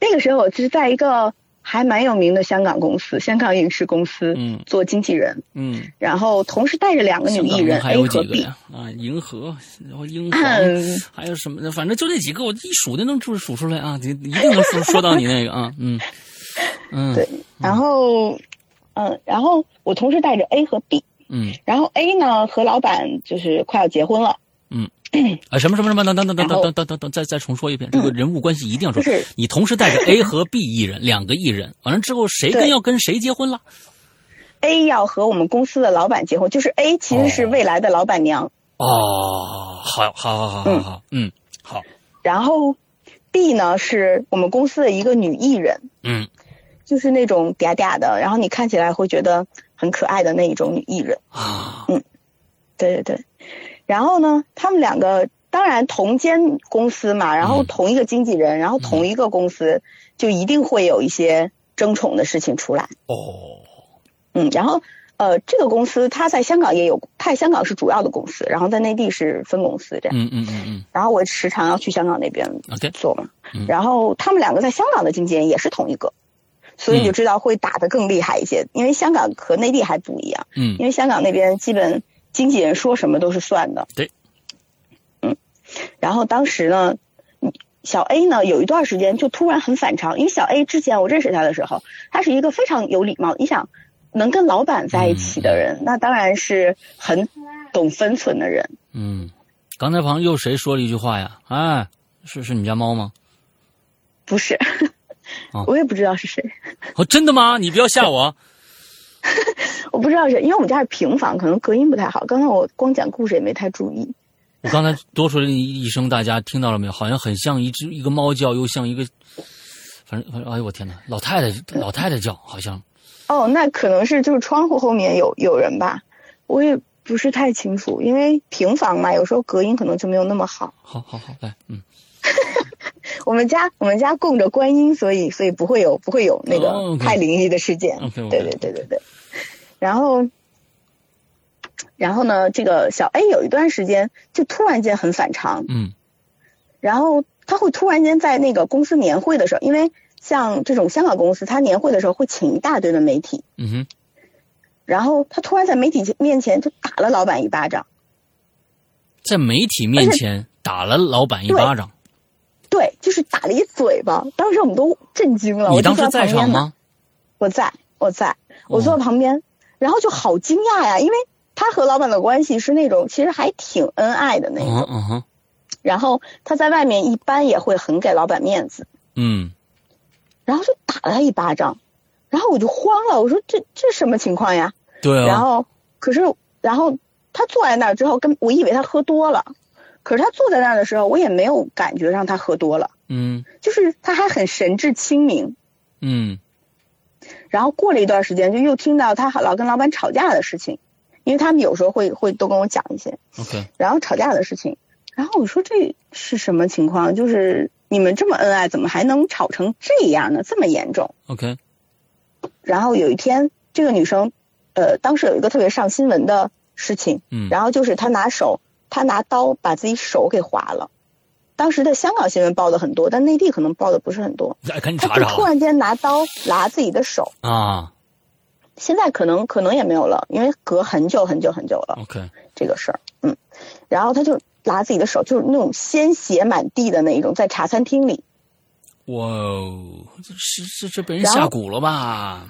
Speaker 2: 那个时候我是在一个还蛮有名的香港公司，香港影视公司
Speaker 1: 嗯
Speaker 2: 做经纪人，
Speaker 1: 嗯，
Speaker 2: 然后同时带着两个女
Speaker 1: 香
Speaker 2: 艺
Speaker 1: 港人
Speaker 2: 人
Speaker 1: 还
Speaker 2: A
Speaker 1: 有几
Speaker 2: 和
Speaker 1: 个
Speaker 2: B，
Speaker 1: 呀？啊，银河，然后英皇，
Speaker 2: 嗯
Speaker 1: 还有什么的？反正就这几个，我一数就能数数出来啊，你一定能 <laughs> 说说到你那个啊，嗯嗯，
Speaker 2: 对，然后嗯，然后我同时带着 A 和 B，
Speaker 1: 嗯
Speaker 2: 然后 A 呢和老板就是快要结婚了，
Speaker 1: 啊，什么什么什么，等等等等
Speaker 2: 然后嗯
Speaker 1: 等等等等，再再重说一遍，这个人物关系一定要说
Speaker 2: 就是，
Speaker 1: 你同时带着 A 和 B 艺人两个艺人，完了之后谁跟
Speaker 2: 对
Speaker 1: 要跟谁结婚了？
Speaker 2: A 要和我们公司的老板结婚，就是 A 其实是
Speaker 1: 哦
Speaker 2: 未来的老板娘，
Speaker 1: 哦，好好好好好好，嗯，好，
Speaker 2: 然后 B 呢是我们公司的一个女艺人，
Speaker 1: 嗯
Speaker 2: 就是那种嗲嗲的，然后你看起来会觉得很可爱的那一种女艺人。
Speaker 1: 啊，
Speaker 2: 对对对，然后呢，他们两个当然同间公司嘛，然后同一个经纪人，然后同一个公司，就一定会有一些争宠的事情出来。
Speaker 1: 哦，
Speaker 2: 嗯，然后呃，这个公司它在香港也有，它在香港是主要的公司，然后在内地是分公司这样。
Speaker 1: 嗯嗯嗯嗯
Speaker 2: 然后我时常要去香港那边
Speaker 1: ，OK，
Speaker 2: 做嘛
Speaker 1: 嗯。
Speaker 2: 然后他们两个在香港的经纪人也是同一个，所以你就知道会打得更厉害一些，因为香港和内地还不一样，
Speaker 1: 嗯
Speaker 2: 因为香港那边基本经纪人说什么都是算的。
Speaker 1: 对，
Speaker 2: 嗯，然后当时呢。小 A 呢，有一段时间就突然很反常，因为小 A 之前我认识他的时候，他是一个非常有礼貌，你想能跟老板在
Speaker 1: 嗯
Speaker 2: 一起的人，那当然是很懂分寸的人。
Speaker 1: 嗯。刚才旁边又谁说了一句话呀？哎，是是你们家猫吗？
Speaker 2: 不是，
Speaker 1: 哦
Speaker 2: <laughs> 我也不知道是谁，
Speaker 1: 哦，真的吗？你不要吓我。啊
Speaker 2: 我不知道是因为我们家是平房，可能隔音不太好。刚才我光讲故事也没太注意。
Speaker 1: 我刚才多说了一声，大家听到了没有？好像很像一只一个猫叫，又像一个，反正反正，哎呦我天哪，老太太老太太叫，好像
Speaker 2: 哦，那可能是就是窗户后面有有人吧，我也不是太清楚，因为平房嘛，有时候隔音可能就没有那么好。
Speaker 1: 好好好来，嗯，
Speaker 2: 我们家我们家供着观音，所以所以不会有不会有那
Speaker 1: 哦
Speaker 2: 个
Speaker 1: ，OK
Speaker 2: 太灵异的事件。
Speaker 1: OK，OK
Speaker 2: 对对对对对。然后，然后呢，这个小 A 有一段时间就突然间很反常，
Speaker 1: 嗯
Speaker 2: 然后他会突然间在那个公司年会的时候，因为像这种香港公司，他年会的时候会请一大堆的媒体，
Speaker 1: 嗯哼，
Speaker 2: 然后他突然在媒体面前就打了老板一巴掌。
Speaker 1: 在媒体面前打了老板一巴掌，
Speaker 2: 对，就是打了一嘴巴，当时我们都震惊了。
Speaker 1: 你
Speaker 2: 我就
Speaker 1: 当时
Speaker 2: 坐
Speaker 1: 在
Speaker 2: 旁
Speaker 1: 场
Speaker 2: 边呢，
Speaker 1: 吗？
Speaker 2: 我在，我在，我
Speaker 1: 哦
Speaker 2: 坐旁边，然后就好惊讶呀，因为他和老板的关系是那种其实还挺恩爱的那种。
Speaker 1: 嗯嗯哼，
Speaker 2: 然后他在外面一般也会很给老板面子，
Speaker 1: 嗯
Speaker 2: 然后就打了他一巴掌，然后我就慌了，我说这这什么情况呀？
Speaker 1: 对
Speaker 2: 然
Speaker 1: 啊，
Speaker 2: 后，可是，然后他坐在那儿之后，跟我以为他喝多了，可是他坐在那儿的时候，我也没有感觉让他喝多了，
Speaker 1: 嗯
Speaker 2: 就是他还很神志清明。
Speaker 1: 嗯
Speaker 2: 然后过了一段时间，就又听到他老跟老板吵架的事情，因为他们有时候会会都跟我讲一些，
Speaker 1: ，OK，
Speaker 2: 然后吵架的事情。然后我说这是什么情况？就是你们这么恩爱，怎么还能吵成这样呢？这么严重？
Speaker 1: OK，
Speaker 2: 然后有一天，这个女生，呃，当时有一个特别上新闻的事情，
Speaker 1: 嗯
Speaker 2: 然后就是她拿手，她拿刀把自己手给划了。当时的香港新闻报的很多，但内地可能报的不是很多。
Speaker 1: 哎，赶紧
Speaker 2: 她
Speaker 1: 查
Speaker 2: 就
Speaker 1: 查
Speaker 2: 突然间拿刀剌自己的手，
Speaker 1: 啊啊
Speaker 2: 现在可能可能也没有了，因为隔很久很久很久了
Speaker 1: ，OK，
Speaker 2: 这个事儿，嗯。然后她就剌自己的手，就是那种鲜血满地的那一种，在茶餐厅里。
Speaker 1: 哇哦，这是这这被人
Speaker 2: 然后
Speaker 1: 下蛊了吧？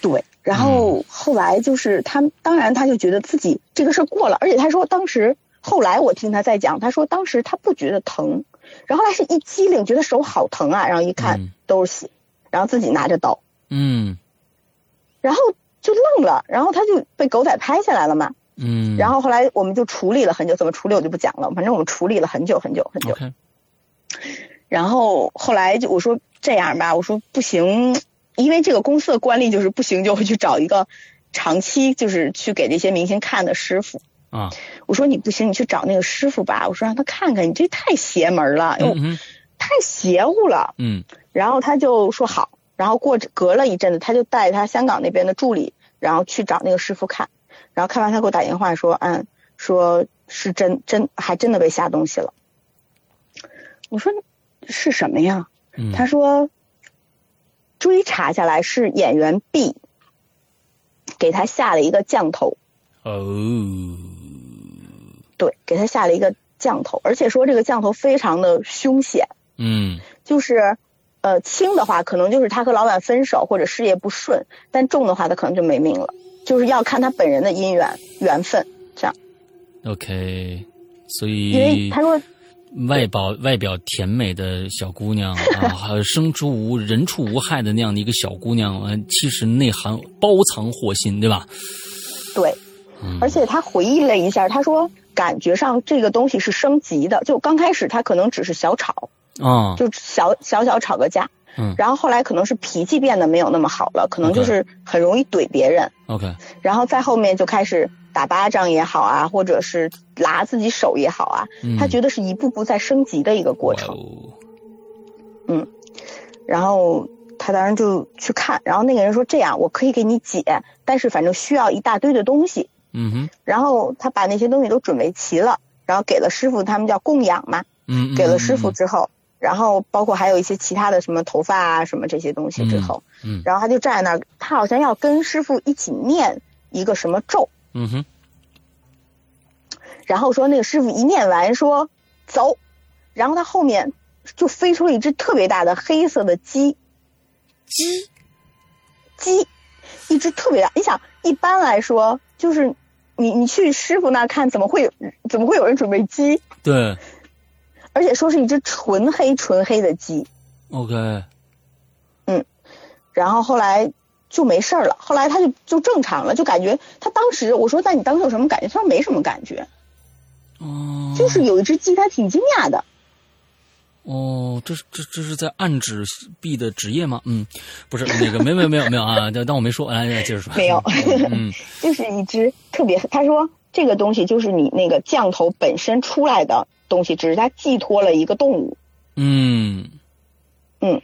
Speaker 2: 对，然后
Speaker 1: 嗯
Speaker 2: 后来就是他，当然他就觉得自己这个事儿过了，而且他说当时后来我听他在讲，他说当时他不觉得疼，然后他是一激灵觉得手好疼啊，然后一看
Speaker 1: 嗯
Speaker 2: 都是血，然后自己拿着刀，
Speaker 1: 嗯
Speaker 2: 然后就愣了，然后他就被狗仔拍下来了嘛，
Speaker 1: 嗯，
Speaker 2: 然后后来我们就处理了很久，怎么处理我就不讲了，反正我们处理了很久很久很久，
Speaker 1: OK，
Speaker 2: 然后后来就我说这样吧，我说不行，因为这个公司的惯例就是不行就会去找一个长期就是去给这些明星看的师傅。
Speaker 1: 啊，
Speaker 2: 我说你不行，你去找那个师傅吧。我说让他看看，你这太邪门了，
Speaker 1: 嗯
Speaker 2: 哟，
Speaker 1: 嗯
Speaker 2: 太邪乎了。
Speaker 1: 嗯
Speaker 2: 然后他就说好，然后过隔了一阵子，他就带他香港那边的助理，然后去找那个师傅看，然后看完他给我打电话说，嗯，说是真真还真的被下东西了。我说是什么呀？
Speaker 1: 嗯，
Speaker 2: 他说，追查下来是演员 B 给他下了一个降头，
Speaker 1: 哦，
Speaker 2: 对，给他下了一个降头，而且说这个降头非常的凶险，
Speaker 1: 嗯
Speaker 2: 就是，呃，轻的话可能就是他和老板分手或者事业不顺，但重的话他可能就没命了，就是要看他本人的姻缘缘分这样，
Speaker 1: ，OK，所
Speaker 2: 因为
Speaker 1: 以
Speaker 2: 他说
Speaker 1: 外表外表甜美的小姑
Speaker 2: <laughs>
Speaker 1: 娘啊，还有生出无人畜无害的那样的一个小姑娘，啊，其实内涵包藏祸心，对吧？
Speaker 2: 对，
Speaker 1: 嗯
Speaker 2: 而且他回忆了一下，他说感觉上这个东西是升级的，就刚开始他可能只是小吵，
Speaker 1: 啊，
Speaker 2: 就小小小吵个架，
Speaker 1: 嗯
Speaker 2: 然后后来可能是脾气变得没有那么好了，可能
Speaker 1: OK
Speaker 2: 就是很容易怼别人，
Speaker 1: ，OK，
Speaker 2: 然后再后面就开始打巴掌也好啊，或者是拉自己手也好啊，
Speaker 1: 嗯，
Speaker 2: 他觉得是一步步在升级的一个过程。
Speaker 1: 哦
Speaker 2: 然后他当时就去看，然后那个人说这样，我可以给你解，但是反正需要一大堆的东西。
Speaker 1: 嗯哼，
Speaker 2: 然后他把那些东西都准备齐了，然后给了师傅，他们叫供养嘛，
Speaker 1: 嗯，嗯
Speaker 2: 给了师傅
Speaker 1: 嗯
Speaker 2: 之后，然后包括还有一些其他的什么头发啊什么这些东西之后，
Speaker 1: 嗯嗯
Speaker 2: 然后他就站在那儿，他好像要跟师傅一起念一个什么咒，
Speaker 1: 嗯哼，
Speaker 2: 然后说那个师傅一念完说走，然后他后面就飞出了一只特别大的黑色的鸡，鸡，鸡，一只特别大。你想，一般来说就是你你去师傅那儿看，怎么会有怎么会有人准备鸡？
Speaker 1: 对
Speaker 2: 而且说是一只纯黑纯黑的鸡。
Speaker 1: ，OK，
Speaker 2: 然后后来就没事儿了，后来他就就正常了，就感觉他当时我说那你当时有什么感觉？他说没什么感觉，
Speaker 1: 哦，
Speaker 2: 就是有一只鸡，他挺惊讶的。
Speaker 1: 哦，这是这这是在暗指 B 的职业吗？嗯，不是那个，没有没有没有没有啊，当当我没说，来来接着说，
Speaker 2: 没有
Speaker 1: 嗯，
Speaker 2: 就是一只特别，他说这个东西就是你那个降头本身出来的东西，只是它寄托了一个动物。
Speaker 1: 嗯嗯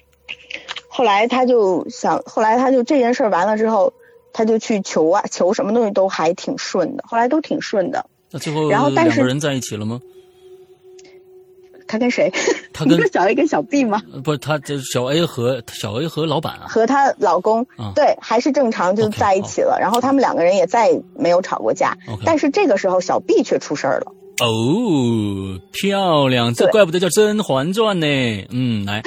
Speaker 2: 后来他就想，后来他就这件事儿完了之后，他就去求啊，求什么东西都还挺顺的，后来都挺顺的。
Speaker 1: 那最后
Speaker 2: 然后但
Speaker 1: 两
Speaker 2: 是
Speaker 1: 个人在一起了吗？
Speaker 2: 他跟谁？
Speaker 1: 他
Speaker 2: <laughs> 你
Speaker 1: 跟
Speaker 2: 不是小 A 跟小 B 吗？
Speaker 1: 呃不是他这小 A 和小 A 和老板啊，
Speaker 2: 和她老公、
Speaker 1: 啊
Speaker 2: 对还是正常就
Speaker 1: OK，
Speaker 2: 在一起了然后他们两个人也再也没有吵过架。
Speaker 1: OK
Speaker 2: 但是这个时候小 B 却出事儿了，
Speaker 1: 哦，漂亮，这
Speaker 2: 对
Speaker 1: 怪不得叫《甄嬛传》呢，嗯，来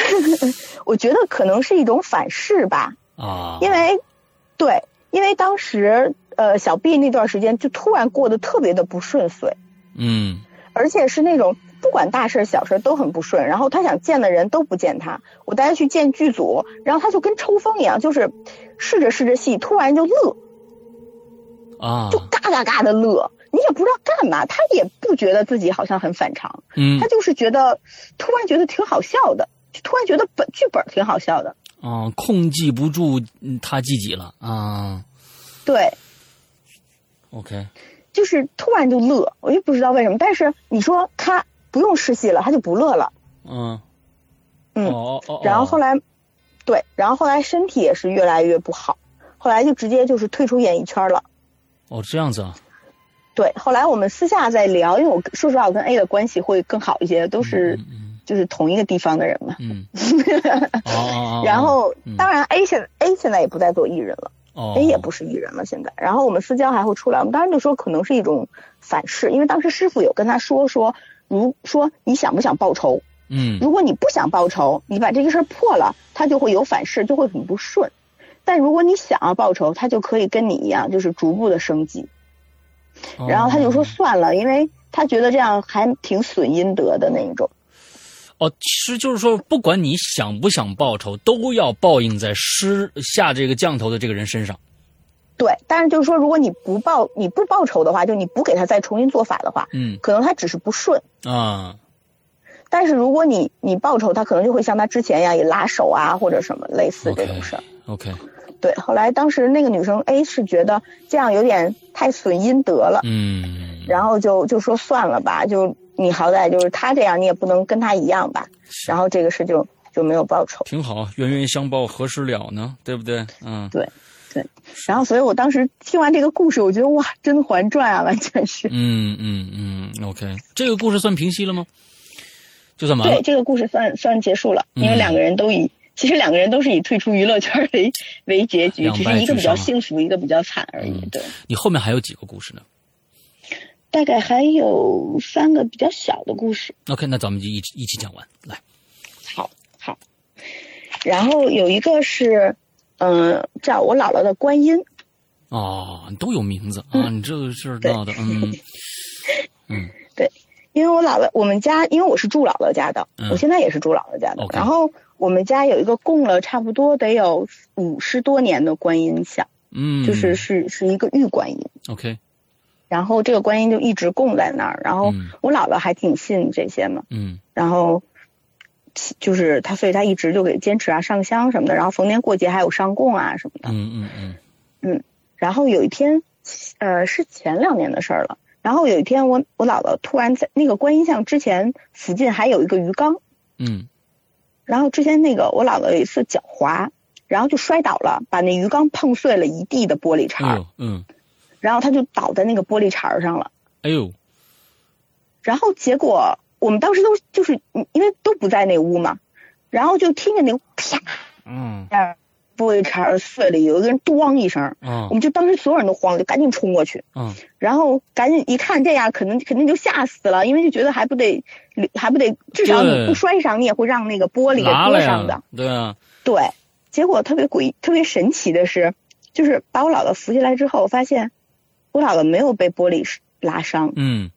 Speaker 2: 我觉得可能是一种反噬吧。
Speaker 1: 啊，
Speaker 2: 因为，对，因为当时呃小 B 那段时间就突然过得特别的不顺遂，
Speaker 1: 嗯
Speaker 2: 而且是那种不管大事儿小事儿都很不顺，然后他想见的人都不见他，我带他去见剧组，然后他就跟抽风一样，就是试着试着戏，突然就乐，
Speaker 1: 啊
Speaker 2: 就，嘎嘎嘎的乐。你也不知道干嘛，他也不觉得自己好像很反常，
Speaker 1: 嗯
Speaker 2: 他就是觉得突然觉得挺好笑的，就突然觉得本剧本挺好笑的，
Speaker 1: 啊，控制不住嗯他自己了啊
Speaker 2: 对，
Speaker 1: ，OK，
Speaker 2: 就是突然就乐，我也不知道为什么。但是你说他不用试戏了，他就不乐了。
Speaker 1: 嗯
Speaker 2: 嗯
Speaker 1: 哦哦哦，
Speaker 2: 然后后
Speaker 1: 来
Speaker 2: 来，对，然后后来身体也是越来越不好，后来就直接就是退出演艺圈了。
Speaker 1: 哦这样子啊，
Speaker 2: 对，后来我们私下再聊，因为我说实话，我跟 A 的关系会更好一些，都是
Speaker 1: 嗯嗯
Speaker 2: 就是同一个地方的人嘛。 <laughs>
Speaker 1: 嗯，哦哦哦，
Speaker 2: 然后
Speaker 1: 嗯，
Speaker 2: 当然 A 现 A 现在也不再做艺人了
Speaker 1: 哦
Speaker 2: ，A 哎也不是艺人了现在。然后我们私交还会出来，我们当时就说可能是一种反噬，因为当时师傅有跟他说说，如说你想不想报仇？
Speaker 1: 嗯
Speaker 2: 如果你不想报仇，你把这个事儿破了，他就会有反噬，就会很不顺。但如果你想要报仇，他就可以跟你一样，就是逐步的升级。
Speaker 1: 哦
Speaker 2: 然后他就说算了，因为他觉得这样还挺损阴德的那种。
Speaker 1: 哦，其实就是说，不管你想不想报仇，都要报应在施下这个降头的这个人身上。
Speaker 2: 对，但是就是说，如果你不报你不报仇的话，就你不给他再重新做法的话，
Speaker 1: 嗯
Speaker 2: 可能他只是不顺。
Speaker 1: 啊，
Speaker 2: 但是如果你你报仇，他可能就会像他之前一样，也拉手啊或者什么类似这种事儿。
Speaker 1: OK，
Speaker 2: 对，后来当时那个女生 A 是觉得这样有点太损阴德了，
Speaker 1: 嗯，
Speaker 2: 然后就就说算了吧，就你好歹就是他这样，你也不能跟他一样吧。
Speaker 1: 是
Speaker 2: 然后这个事就就没有报仇。
Speaker 1: 挺好，冤冤相报何时了呢？对不对？嗯，
Speaker 2: 对然后，所以我当时听完这个故事，我觉得哇，《甄嬛传》啊，完全是。
Speaker 1: 嗯嗯嗯，OK，这个故事算平息了吗？就算完了
Speaker 2: 对，。这个故事算算结束了，因为
Speaker 1: 嗯
Speaker 2: 两个人都以、其实两个人都是以退出娱乐圈为为结局，
Speaker 1: 两败
Speaker 2: 只是一个比较
Speaker 1: 俱伤啊
Speaker 2: 幸福，一个比较惨而已。
Speaker 1: 嗯
Speaker 2: 对，
Speaker 1: 你后面还有几个故事呢
Speaker 2: 大概还有三个比较小的故事。
Speaker 1: ？OK，那咱们就一起一起讲完。来，
Speaker 2: 好，好。然后有一个是，嗯、叫我姥姥的观音。
Speaker 1: 哦，你都有名字啊，
Speaker 2: 嗯
Speaker 1: 你这个事儿闹的，嗯
Speaker 2: 因为我姥姥，我们家，因为我是住姥姥家的，
Speaker 1: 嗯
Speaker 2: 我现在也是住姥姥家的。
Speaker 1: OK
Speaker 2: 然后我们家有一个供了差不多得有五十多年的观音像，
Speaker 1: 嗯，
Speaker 2: 就是是是一个玉观音，
Speaker 1: OK，
Speaker 2: 然后这个观音就一直供在那儿。然后
Speaker 1: 嗯
Speaker 2: 我姥姥还挺信这些嘛，
Speaker 1: 嗯
Speaker 2: 然后就是他，所以他一直就给坚持啊上香什么的，然后逢年过节还有上供啊什么的。
Speaker 1: 嗯嗯嗯
Speaker 2: 嗯，然后有一天，呃，是前两年的事儿了。然后有一天我，我我姥姥突然在那个观音像之前附近还有一个鱼缸，
Speaker 1: 嗯，
Speaker 2: 然后之前那个我姥姥有一次脚滑，然后就摔倒了，把那鱼缸碰碎了一地的玻璃碴
Speaker 1: 哎
Speaker 2: 儿，
Speaker 1: 呦，嗯，
Speaker 2: 然后她就倒在那个玻璃碴儿上了。
Speaker 1: 哎呦，
Speaker 2: 然后结果我们当时都就是嗯因为都不在那屋嘛，然后就听见那个啪
Speaker 1: 嗯
Speaker 2: 一下玻璃碴儿碎了，有一个人咣一声，
Speaker 1: 啊
Speaker 2: 我们就当时所有人都慌了，就赶紧冲过去。
Speaker 1: 啊
Speaker 2: 然后赶紧一看这样，肯定肯定就吓死了，因为就觉得还不得，还不得，至少
Speaker 1: 对
Speaker 2: 你不摔上，你也会让那个玻璃给
Speaker 1: 拿
Speaker 2: 割
Speaker 1: 了
Speaker 2: 伤的
Speaker 1: 呀。，对啊，
Speaker 2: 对，结果特别诡异、特别神奇的是，就是把我姥姥扶起来之后，发现我姥姥没有被玻璃拉伤，
Speaker 1: 嗯，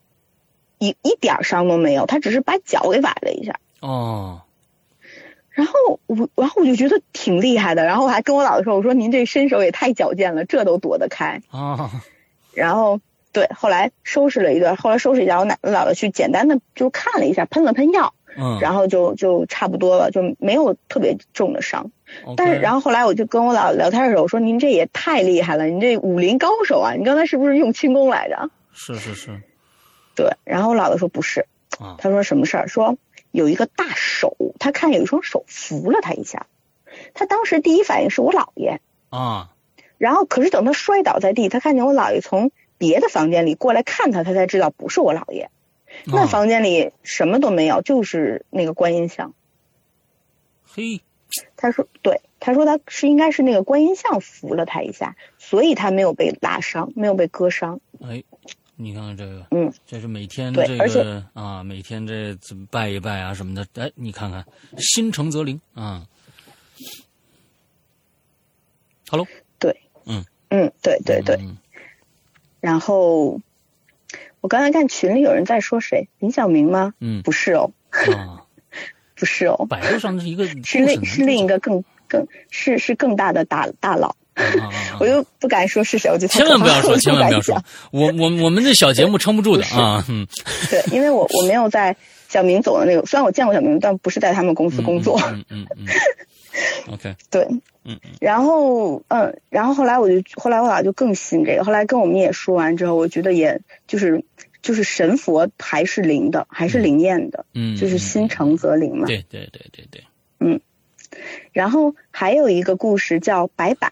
Speaker 2: 一一点儿伤都没有，她只是把脚给崴了一下。
Speaker 1: 哦，
Speaker 2: 然后我，然后我就觉得挺厉害的，然后我还跟我姥姥说：“我说您这身手也太矫健了，这都躲得开。”
Speaker 1: 啊，
Speaker 2: 然后对，后来收拾了一段，后来收拾一下，我奶奶姥姥去简单的就看了一下，喷了喷药，
Speaker 1: 嗯，
Speaker 2: 然后就就差不多了，就没有特别重的伤。但是然
Speaker 1: 后
Speaker 2: 后后来我就跟我姥姥聊天的时候，我说您这也太厉害了，您这武林高手啊，你刚才是不是用轻功来的？
Speaker 1: 是是是
Speaker 2: 对，然后我姥姥说不是，
Speaker 1: 啊，
Speaker 2: 她说什么事儿？说有一个大手，她看有一双手扶了她一下，她当时第一反应是我姥爷，
Speaker 1: 啊，
Speaker 2: 然后可是等她摔倒在地，她看见我姥爷从别的房间里过来看她，她才知道不是我姥爷。那
Speaker 1: 啊
Speaker 2: 房间里什么都没有，就是那个观音像。
Speaker 1: 嘿，
Speaker 2: 他说，对，他说他是应该是那个观音像扶了他一下，所以他没有被拉伤，没有被割伤。
Speaker 1: 哎，你看看这个，
Speaker 2: 嗯，
Speaker 1: 这是每天
Speaker 2: 对
Speaker 1: 这
Speaker 2: 而且
Speaker 1: 个啊，每天这怎么拜一拜啊什么的，哎，你看看，心诚则灵啊。Hello，
Speaker 2: 嗯，对对对。
Speaker 1: 嗯
Speaker 2: 然后我刚才看群里有人在说谁，林晓明吗？
Speaker 1: 嗯
Speaker 2: 不是哦，
Speaker 1: 啊，
Speaker 2: 不是哦，
Speaker 1: 百度上的一个
Speaker 2: 是另是另一
Speaker 1: 个，
Speaker 2: 个更更是是更大的大大佬，
Speaker 1: 啊啊啊
Speaker 2: 我又不敢说是谁，我就
Speaker 1: 千万不
Speaker 2: <laughs>
Speaker 1: 要说，
Speaker 2: 我
Speaker 1: 千万
Speaker 2: 敢
Speaker 1: 不要说
Speaker 2: 讲，
Speaker 1: 我我我们这小节目撑不住的啊，嗯，
Speaker 2: 对，因为我我没有在小明总的那个，虽然我见过小明，但不是在他们公司
Speaker 1: 嗯
Speaker 2: 工作。
Speaker 1: 嗯嗯嗯嗯，OK，
Speaker 2: <laughs> 对，
Speaker 1: 嗯，
Speaker 2: 然后嗯，然后后来我就后来我姥就更信这个，后来跟我们也说完之后，我觉得也就是就是神佛还是灵的，还是灵验的，
Speaker 1: 嗯，
Speaker 2: 就是心诚则灵嘛。
Speaker 1: 对对对对对，
Speaker 2: 然后还有一个故事叫白板，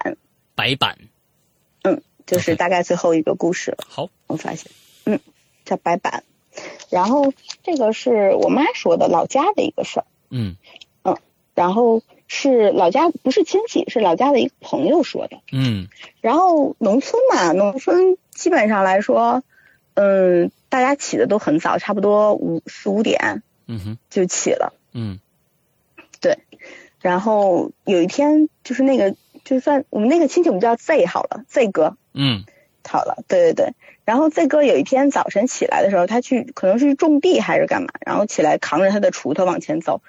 Speaker 1: 白板
Speaker 2: 就是大概最后一个故事了，
Speaker 1: 好，
Speaker 2: 我发现，嗯，叫白板。然后这个是我妈说的老家的一个事儿，
Speaker 1: 嗯
Speaker 2: 然后是老家不是亲戚，是老家的一个朋友说的。
Speaker 1: 嗯
Speaker 2: 然后农村嘛，农村基本上来说，嗯，大家起的都很早，差不多五四五点
Speaker 1: 嗯哼
Speaker 2: 就起了。
Speaker 1: 嗯
Speaker 2: 然后有一天，就是那个，就算我们那个亲戚，我们叫 Z 好了，Z 哥
Speaker 1: 嗯
Speaker 2: 好了，对对对。然后 Z 哥有一天早晨起来的时候，他去可能是去种地还是干嘛，然后起来扛着他的锄头往前走，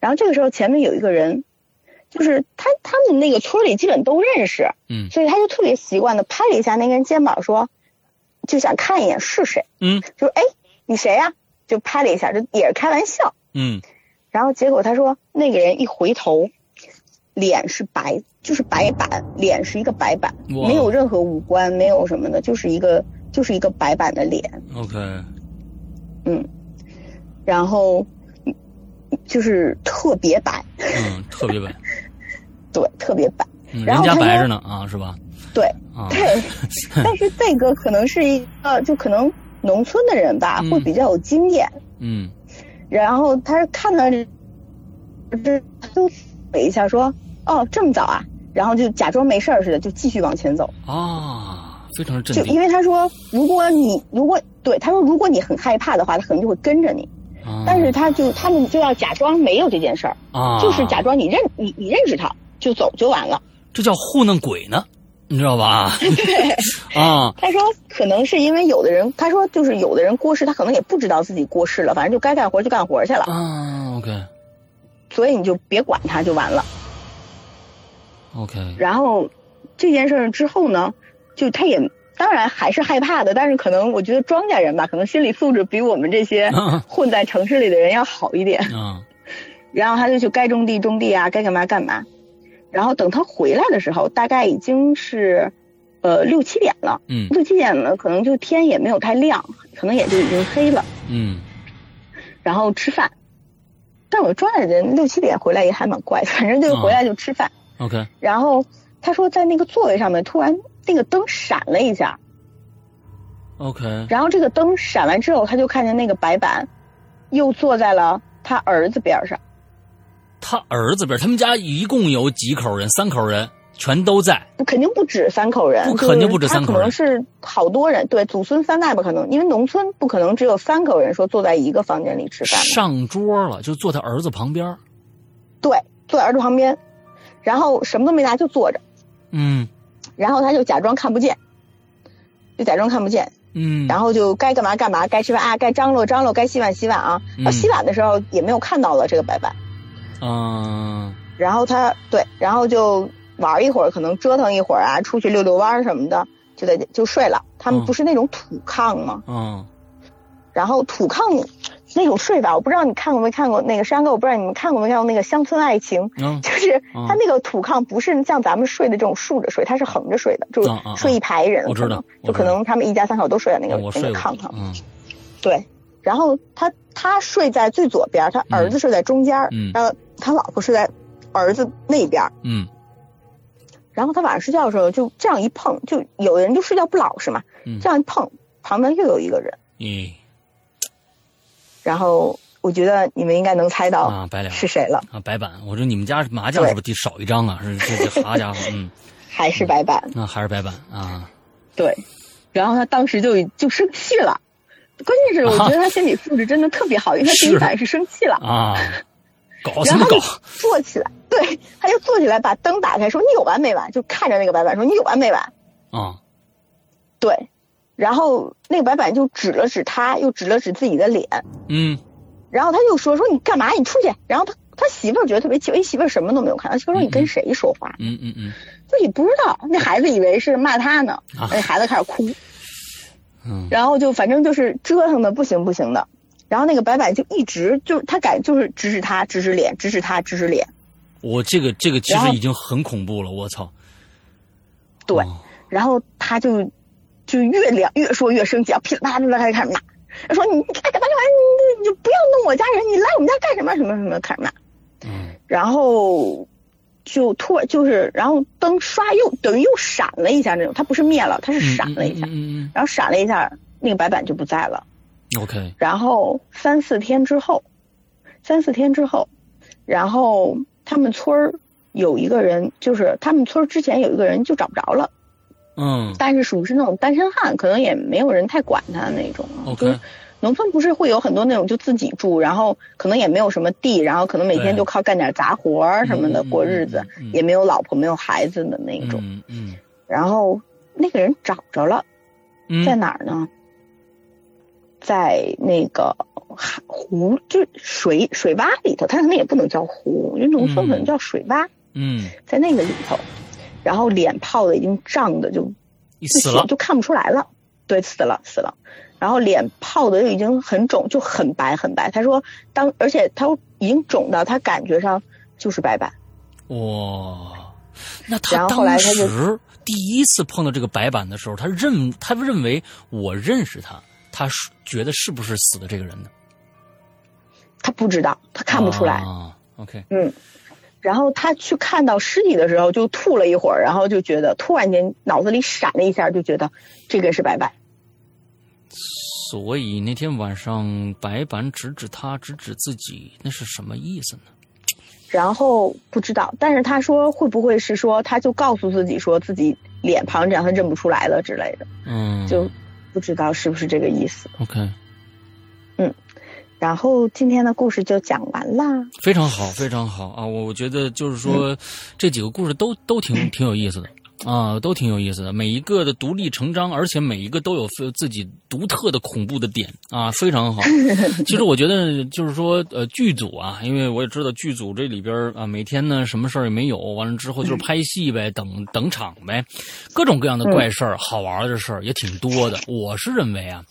Speaker 2: 然后这个时候前面有一个人，就是他他们那个村里基本都认识，
Speaker 1: 嗯
Speaker 2: 所以他就特别习惯的拍了一下那个人肩膀，说，就想看一眼是谁，
Speaker 1: 嗯
Speaker 2: 就说哎你谁呀、就拍了一下，就也是开玩笑。
Speaker 1: 嗯，
Speaker 2: 然后结果他说那个人一回头，脸是白，就是白板，脸是一个白板，
Speaker 1: 哇哦
Speaker 2: 没有任何五官，没有什么的，就是一个就是一个白板的脸。
Speaker 1: ，OK，
Speaker 2: 然后嗯就是特别白，
Speaker 1: 嗯，特别白，
Speaker 2: 对，特别白，
Speaker 1: 嗯人
Speaker 2: 然后
Speaker 1: 家
Speaker 2: 他
Speaker 1: 白
Speaker 2: 说
Speaker 1: 着呢啊，是吧？
Speaker 2: 对。
Speaker 1: 啊，
Speaker 2: 对，
Speaker 1: <laughs>
Speaker 2: 但是这个可能是一个，就可能农村的人吧，
Speaker 1: 嗯
Speaker 2: 会比较有经验。
Speaker 1: 嗯
Speaker 2: 然后他看到这，这就了一下说：“哦，这么早啊？”然后就假装没事儿似的，就继续往前走。
Speaker 1: 啊，非常的镇
Speaker 2: 就因
Speaker 1: 定，
Speaker 2: 为他说，如果你如果对他说，如果你很害怕的话，他可能就会跟着你。
Speaker 1: 啊
Speaker 2: 但是他就他们就要假装没有这件事儿，
Speaker 1: 啊，
Speaker 2: 就是假装你认你你认识他就走就完了。
Speaker 1: 这叫糊弄鬼呢，你知道吧？啊，
Speaker 2: 他说，可能是因为有的人，他说就是有的人过世，他可能也不知道自己过世了，反正就该干活就干活去了，
Speaker 1: 啊，OK
Speaker 2: 所以你就别管他就完了。
Speaker 1: OK，
Speaker 2: 然后这件事儿之后呢，就他也当然还是害怕的，但是可能我觉得庄稼人吧，可能心理素质比我们这些
Speaker 1: 啊
Speaker 2: 混在城市里的人要好一点。
Speaker 1: 啊
Speaker 2: 然后他就去该种地种地啊，该干嘛干嘛。然后等他回来的时候，大概已经是呃六七点了，
Speaker 1: 嗯
Speaker 2: 六七点了，可能就天也没有太亮，可能也就已经黑了。
Speaker 1: 嗯
Speaker 2: 然后吃饭，但我抓的人六七点回来也还蛮怪的，反正就是回来就吃饭。
Speaker 1: ，OK，
Speaker 2: 然后他说在那个座位上面突然那个灯闪了一下，
Speaker 1: OK，
Speaker 2: 然后这个灯闪完之后，他就看见那个白板又坐在了他儿子边上。
Speaker 1: 他儿子边，他们家一共有几口人？三口人，全都在。
Speaker 2: 肯定不止三口人，
Speaker 1: 不肯定不止
Speaker 2: 就是
Speaker 1: 三口人
Speaker 2: 他可能是好多人，对，祖孙三代吧，可能因为农村不可能只有三口人说坐在一个房间里吃饭嘛，
Speaker 1: 上桌了，就坐他儿子旁边。
Speaker 2: 对，坐在儿子旁边，然后什么都没拿就坐着，
Speaker 1: 嗯
Speaker 2: 然后他就假装看不见，就假装看不见，
Speaker 1: 嗯，
Speaker 2: 然后就该干嘛干嘛，该吃饭啊，该张罗张罗，该洗碗洗碗啊，
Speaker 1: 嗯
Speaker 2: 到洗碗的时候也没有看到了这个白板，
Speaker 1: 嗯
Speaker 2: 然后他对，然后就玩一会儿，可能折腾一会儿啊，出去遛遛弯儿什么的，就在就睡了。他们
Speaker 1: 嗯
Speaker 2: 不是那种土炕吗？
Speaker 1: 嗯
Speaker 2: 然后土炕那种睡法，我不知道你看过没看过那个山哥，我不知道你们看过没看过那个《乡村爱情》， <laughs>
Speaker 1: 嗯
Speaker 2: 就是
Speaker 1: 嗯
Speaker 2: 它那个土炕不是像咱们睡的这种竖着睡，它是横着睡的，就是
Speaker 1: 嗯嗯
Speaker 2: 睡一排人，
Speaker 1: 我知道
Speaker 2: 可
Speaker 1: 我
Speaker 2: 能
Speaker 1: 知道哦
Speaker 2: 就可能他们一家三口都睡在那个
Speaker 1: 我
Speaker 2: 那
Speaker 1: 睡
Speaker 2: 个
Speaker 1: 过
Speaker 2: 炕上，，
Speaker 1: 嗯
Speaker 2: 对。然后他他睡在最左边，他儿子睡在中间，
Speaker 1: 嗯
Speaker 2: 然后他老婆睡在儿子那边。
Speaker 1: 嗯
Speaker 2: 然后他晚上睡觉的时候就这样一碰，就有人就睡觉不老实嘛，
Speaker 1: 嗯
Speaker 2: 这样一碰，旁边又有一个人。
Speaker 1: 咦
Speaker 2: 然后我觉得你们应该能猜到
Speaker 1: 啊，白脸
Speaker 2: 是谁了。
Speaker 1: 啊，白板。我说你们家麻将是不是得少一张啊？是这这好家伙，嗯，
Speaker 2: 还是白板，
Speaker 1: 那还是白板啊。
Speaker 2: 对。然后他当时就就生气了，关键是我
Speaker 1: <laughs>
Speaker 2: 觉得他心理素质真的特别好，因为他第一反应是生气了，
Speaker 1: 啊，搞什
Speaker 2: 然
Speaker 1: 么
Speaker 2: 后他
Speaker 1: 搞
Speaker 2: 就？坐起来，对，他就坐起来把灯打开，说你有完没完？就看着那个白板说你有完没完？
Speaker 1: 啊
Speaker 2: 对。然后那个白板就指了指他，又指了指自己的脸，
Speaker 1: 嗯
Speaker 2: 然后他就说说你干嘛？你出去。然后他他媳妇儿觉得特别气，因为媳妇儿什么都没有看，他媳妇儿说
Speaker 1: 嗯
Speaker 2: 你跟谁说话？
Speaker 1: 嗯嗯嗯
Speaker 2: 就你不知道，那孩子以为是骂他呢，
Speaker 1: 啊
Speaker 2: 那孩子开始哭，
Speaker 1: 嗯
Speaker 2: 然后就反正就是折腾的不行不行的，然后那个白板就一直就他敢就是指指他指指脸指指他指指脸，
Speaker 1: 我这个这个其
Speaker 2: 然
Speaker 1: 实
Speaker 2: 后
Speaker 1: 已经很恐怖了，我操！
Speaker 2: 对
Speaker 1: 哦
Speaker 2: 然后他就就越聊越说越生气，啊，噼里啪啦的开始骂，他说你干干嘛干嘛，你你就不要弄我家人，你来我们家干什么什么什么开始骂，
Speaker 1: 嗯
Speaker 2: 然后就突然就是然后灯刷又等于又闪了一下那种，它不是灭了，它是闪了一下，
Speaker 1: 嗯嗯
Speaker 2: 然后闪了一下那个白板就不在了。
Speaker 1: 嗯，OK，
Speaker 2: 然后三四天之后，三四天之后，然后他们村儿有一个人，就是他们村儿之前有一个人就找不着了，
Speaker 1: 嗯
Speaker 2: 但是属于是那种单身汉，可能也没有人太管他那种啊。
Speaker 1: OK
Speaker 2: 就是农村不是会有很多那种就自己住，然后可能也没有什么地，然后可能每天
Speaker 1: 对
Speaker 2: 就靠干点杂活儿什么的
Speaker 1: 嗯嗯
Speaker 2: 过日子，
Speaker 1: 嗯嗯
Speaker 2: 也没有老婆没有孩子的那种。
Speaker 1: 嗯嗯
Speaker 2: 然后那个人找着了，
Speaker 1: 嗯，
Speaker 2: 在哪儿呢？在那个海湖，就是水水洼里头，它可能也不能叫湖，因为农村可能叫水洼，
Speaker 1: 嗯，
Speaker 2: 在那个里头，然后脸泡的已经胀的就
Speaker 1: 你
Speaker 2: 就
Speaker 1: 死了
Speaker 2: 血，就看不出来了，对，死了死了，然后脸泡的就已经很肿，就很白很白。他说当，而且他已经肿到他感觉上就是白板，
Speaker 1: 哇！那
Speaker 2: 然
Speaker 1: 他
Speaker 2: 后后来
Speaker 1: 当
Speaker 2: 他就
Speaker 1: 时第一次碰到这个白板的时候，他认他认为我认识他，他是觉得是不是死的这个人呢？
Speaker 2: 他不知道，他看不出来。
Speaker 1: 啊。OK，
Speaker 2: 嗯，然后他去看到尸体的时候，就吐了一会儿，然后就觉得突然间脑子里闪了一下，就觉得这个是白板。
Speaker 1: 所以那天晚上白板指指他，指指自己，那是什么意思呢？
Speaker 2: 然后不知道，但是他说会不会是说，他就告诉自己说自己脸庞这样他认不出来了之类的，
Speaker 1: 嗯，
Speaker 2: 就不知道是不是这个意思。
Speaker 1: OK，
Speaker 2: 然后今天的故事就讲完啦。
Speaker 1: 非常好，非常好啊！我我觉得就是说，这几个故事都都挺挺有意思的啊，都挺有意思的，每一个的独立成章，而且每一个都有自己独特的恐怖的点啊，非常好。其实我觉得就是说，呃，剧组啊，因为我也知道剧组这里边啊，每天呢什么事儿也没有，完了之后就是拍戏呗，嗯、等等场呗，各种各样的怪事儿、嗯、好玩的事儿也挺多的。我是认为啊，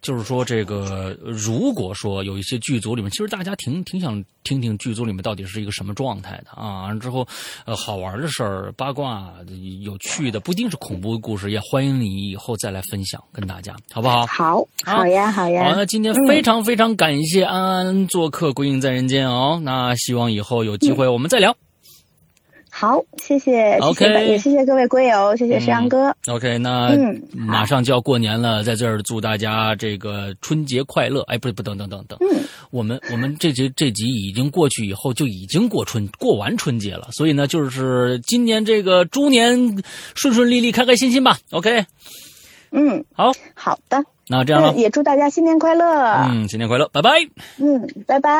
Speaker 1: 就是说这个，如果说有一些剧组里面，其实大家挺挺想听听剧组里面到底是一个什么状态的啊，完了之后，呃，好玩的事儿、八卦有。去的不一定是恐怖故事，也欢迎你以后再来分享跟大家，好不好？
Speaker 2: 好，好呀，好呀。
Speaker 1: 好，那今天非常非常感谢安安做客《归隐在人间》哦，那希望以后有机会我们再聊。
Speaker 2: 好，谢谢
Speaker 1: ，OK，嗯
Speaker 2: 也谢谢各位龟友，谢谢石阳哥。
Speaker 1: OK，那马上就要过年了，在这儿祝大家这个春节快乐。哎，不不，等等等等，我们我们这集这集已经过去以后，就已经过春过完春节了，所以呢，就是今年这个猪年顺顺利利、开开心心吧。OK，
Speaker 2: 嗯，
Speaker 1: 好，
Speaker 2: 好的，
Speaker 1: 那这样了，嗯
Speaker 2: 也祝大家新年快乐。
Speaker 1: 嗯，新年快乐，拜拜。
Speaker 2: 嗯，拜拜。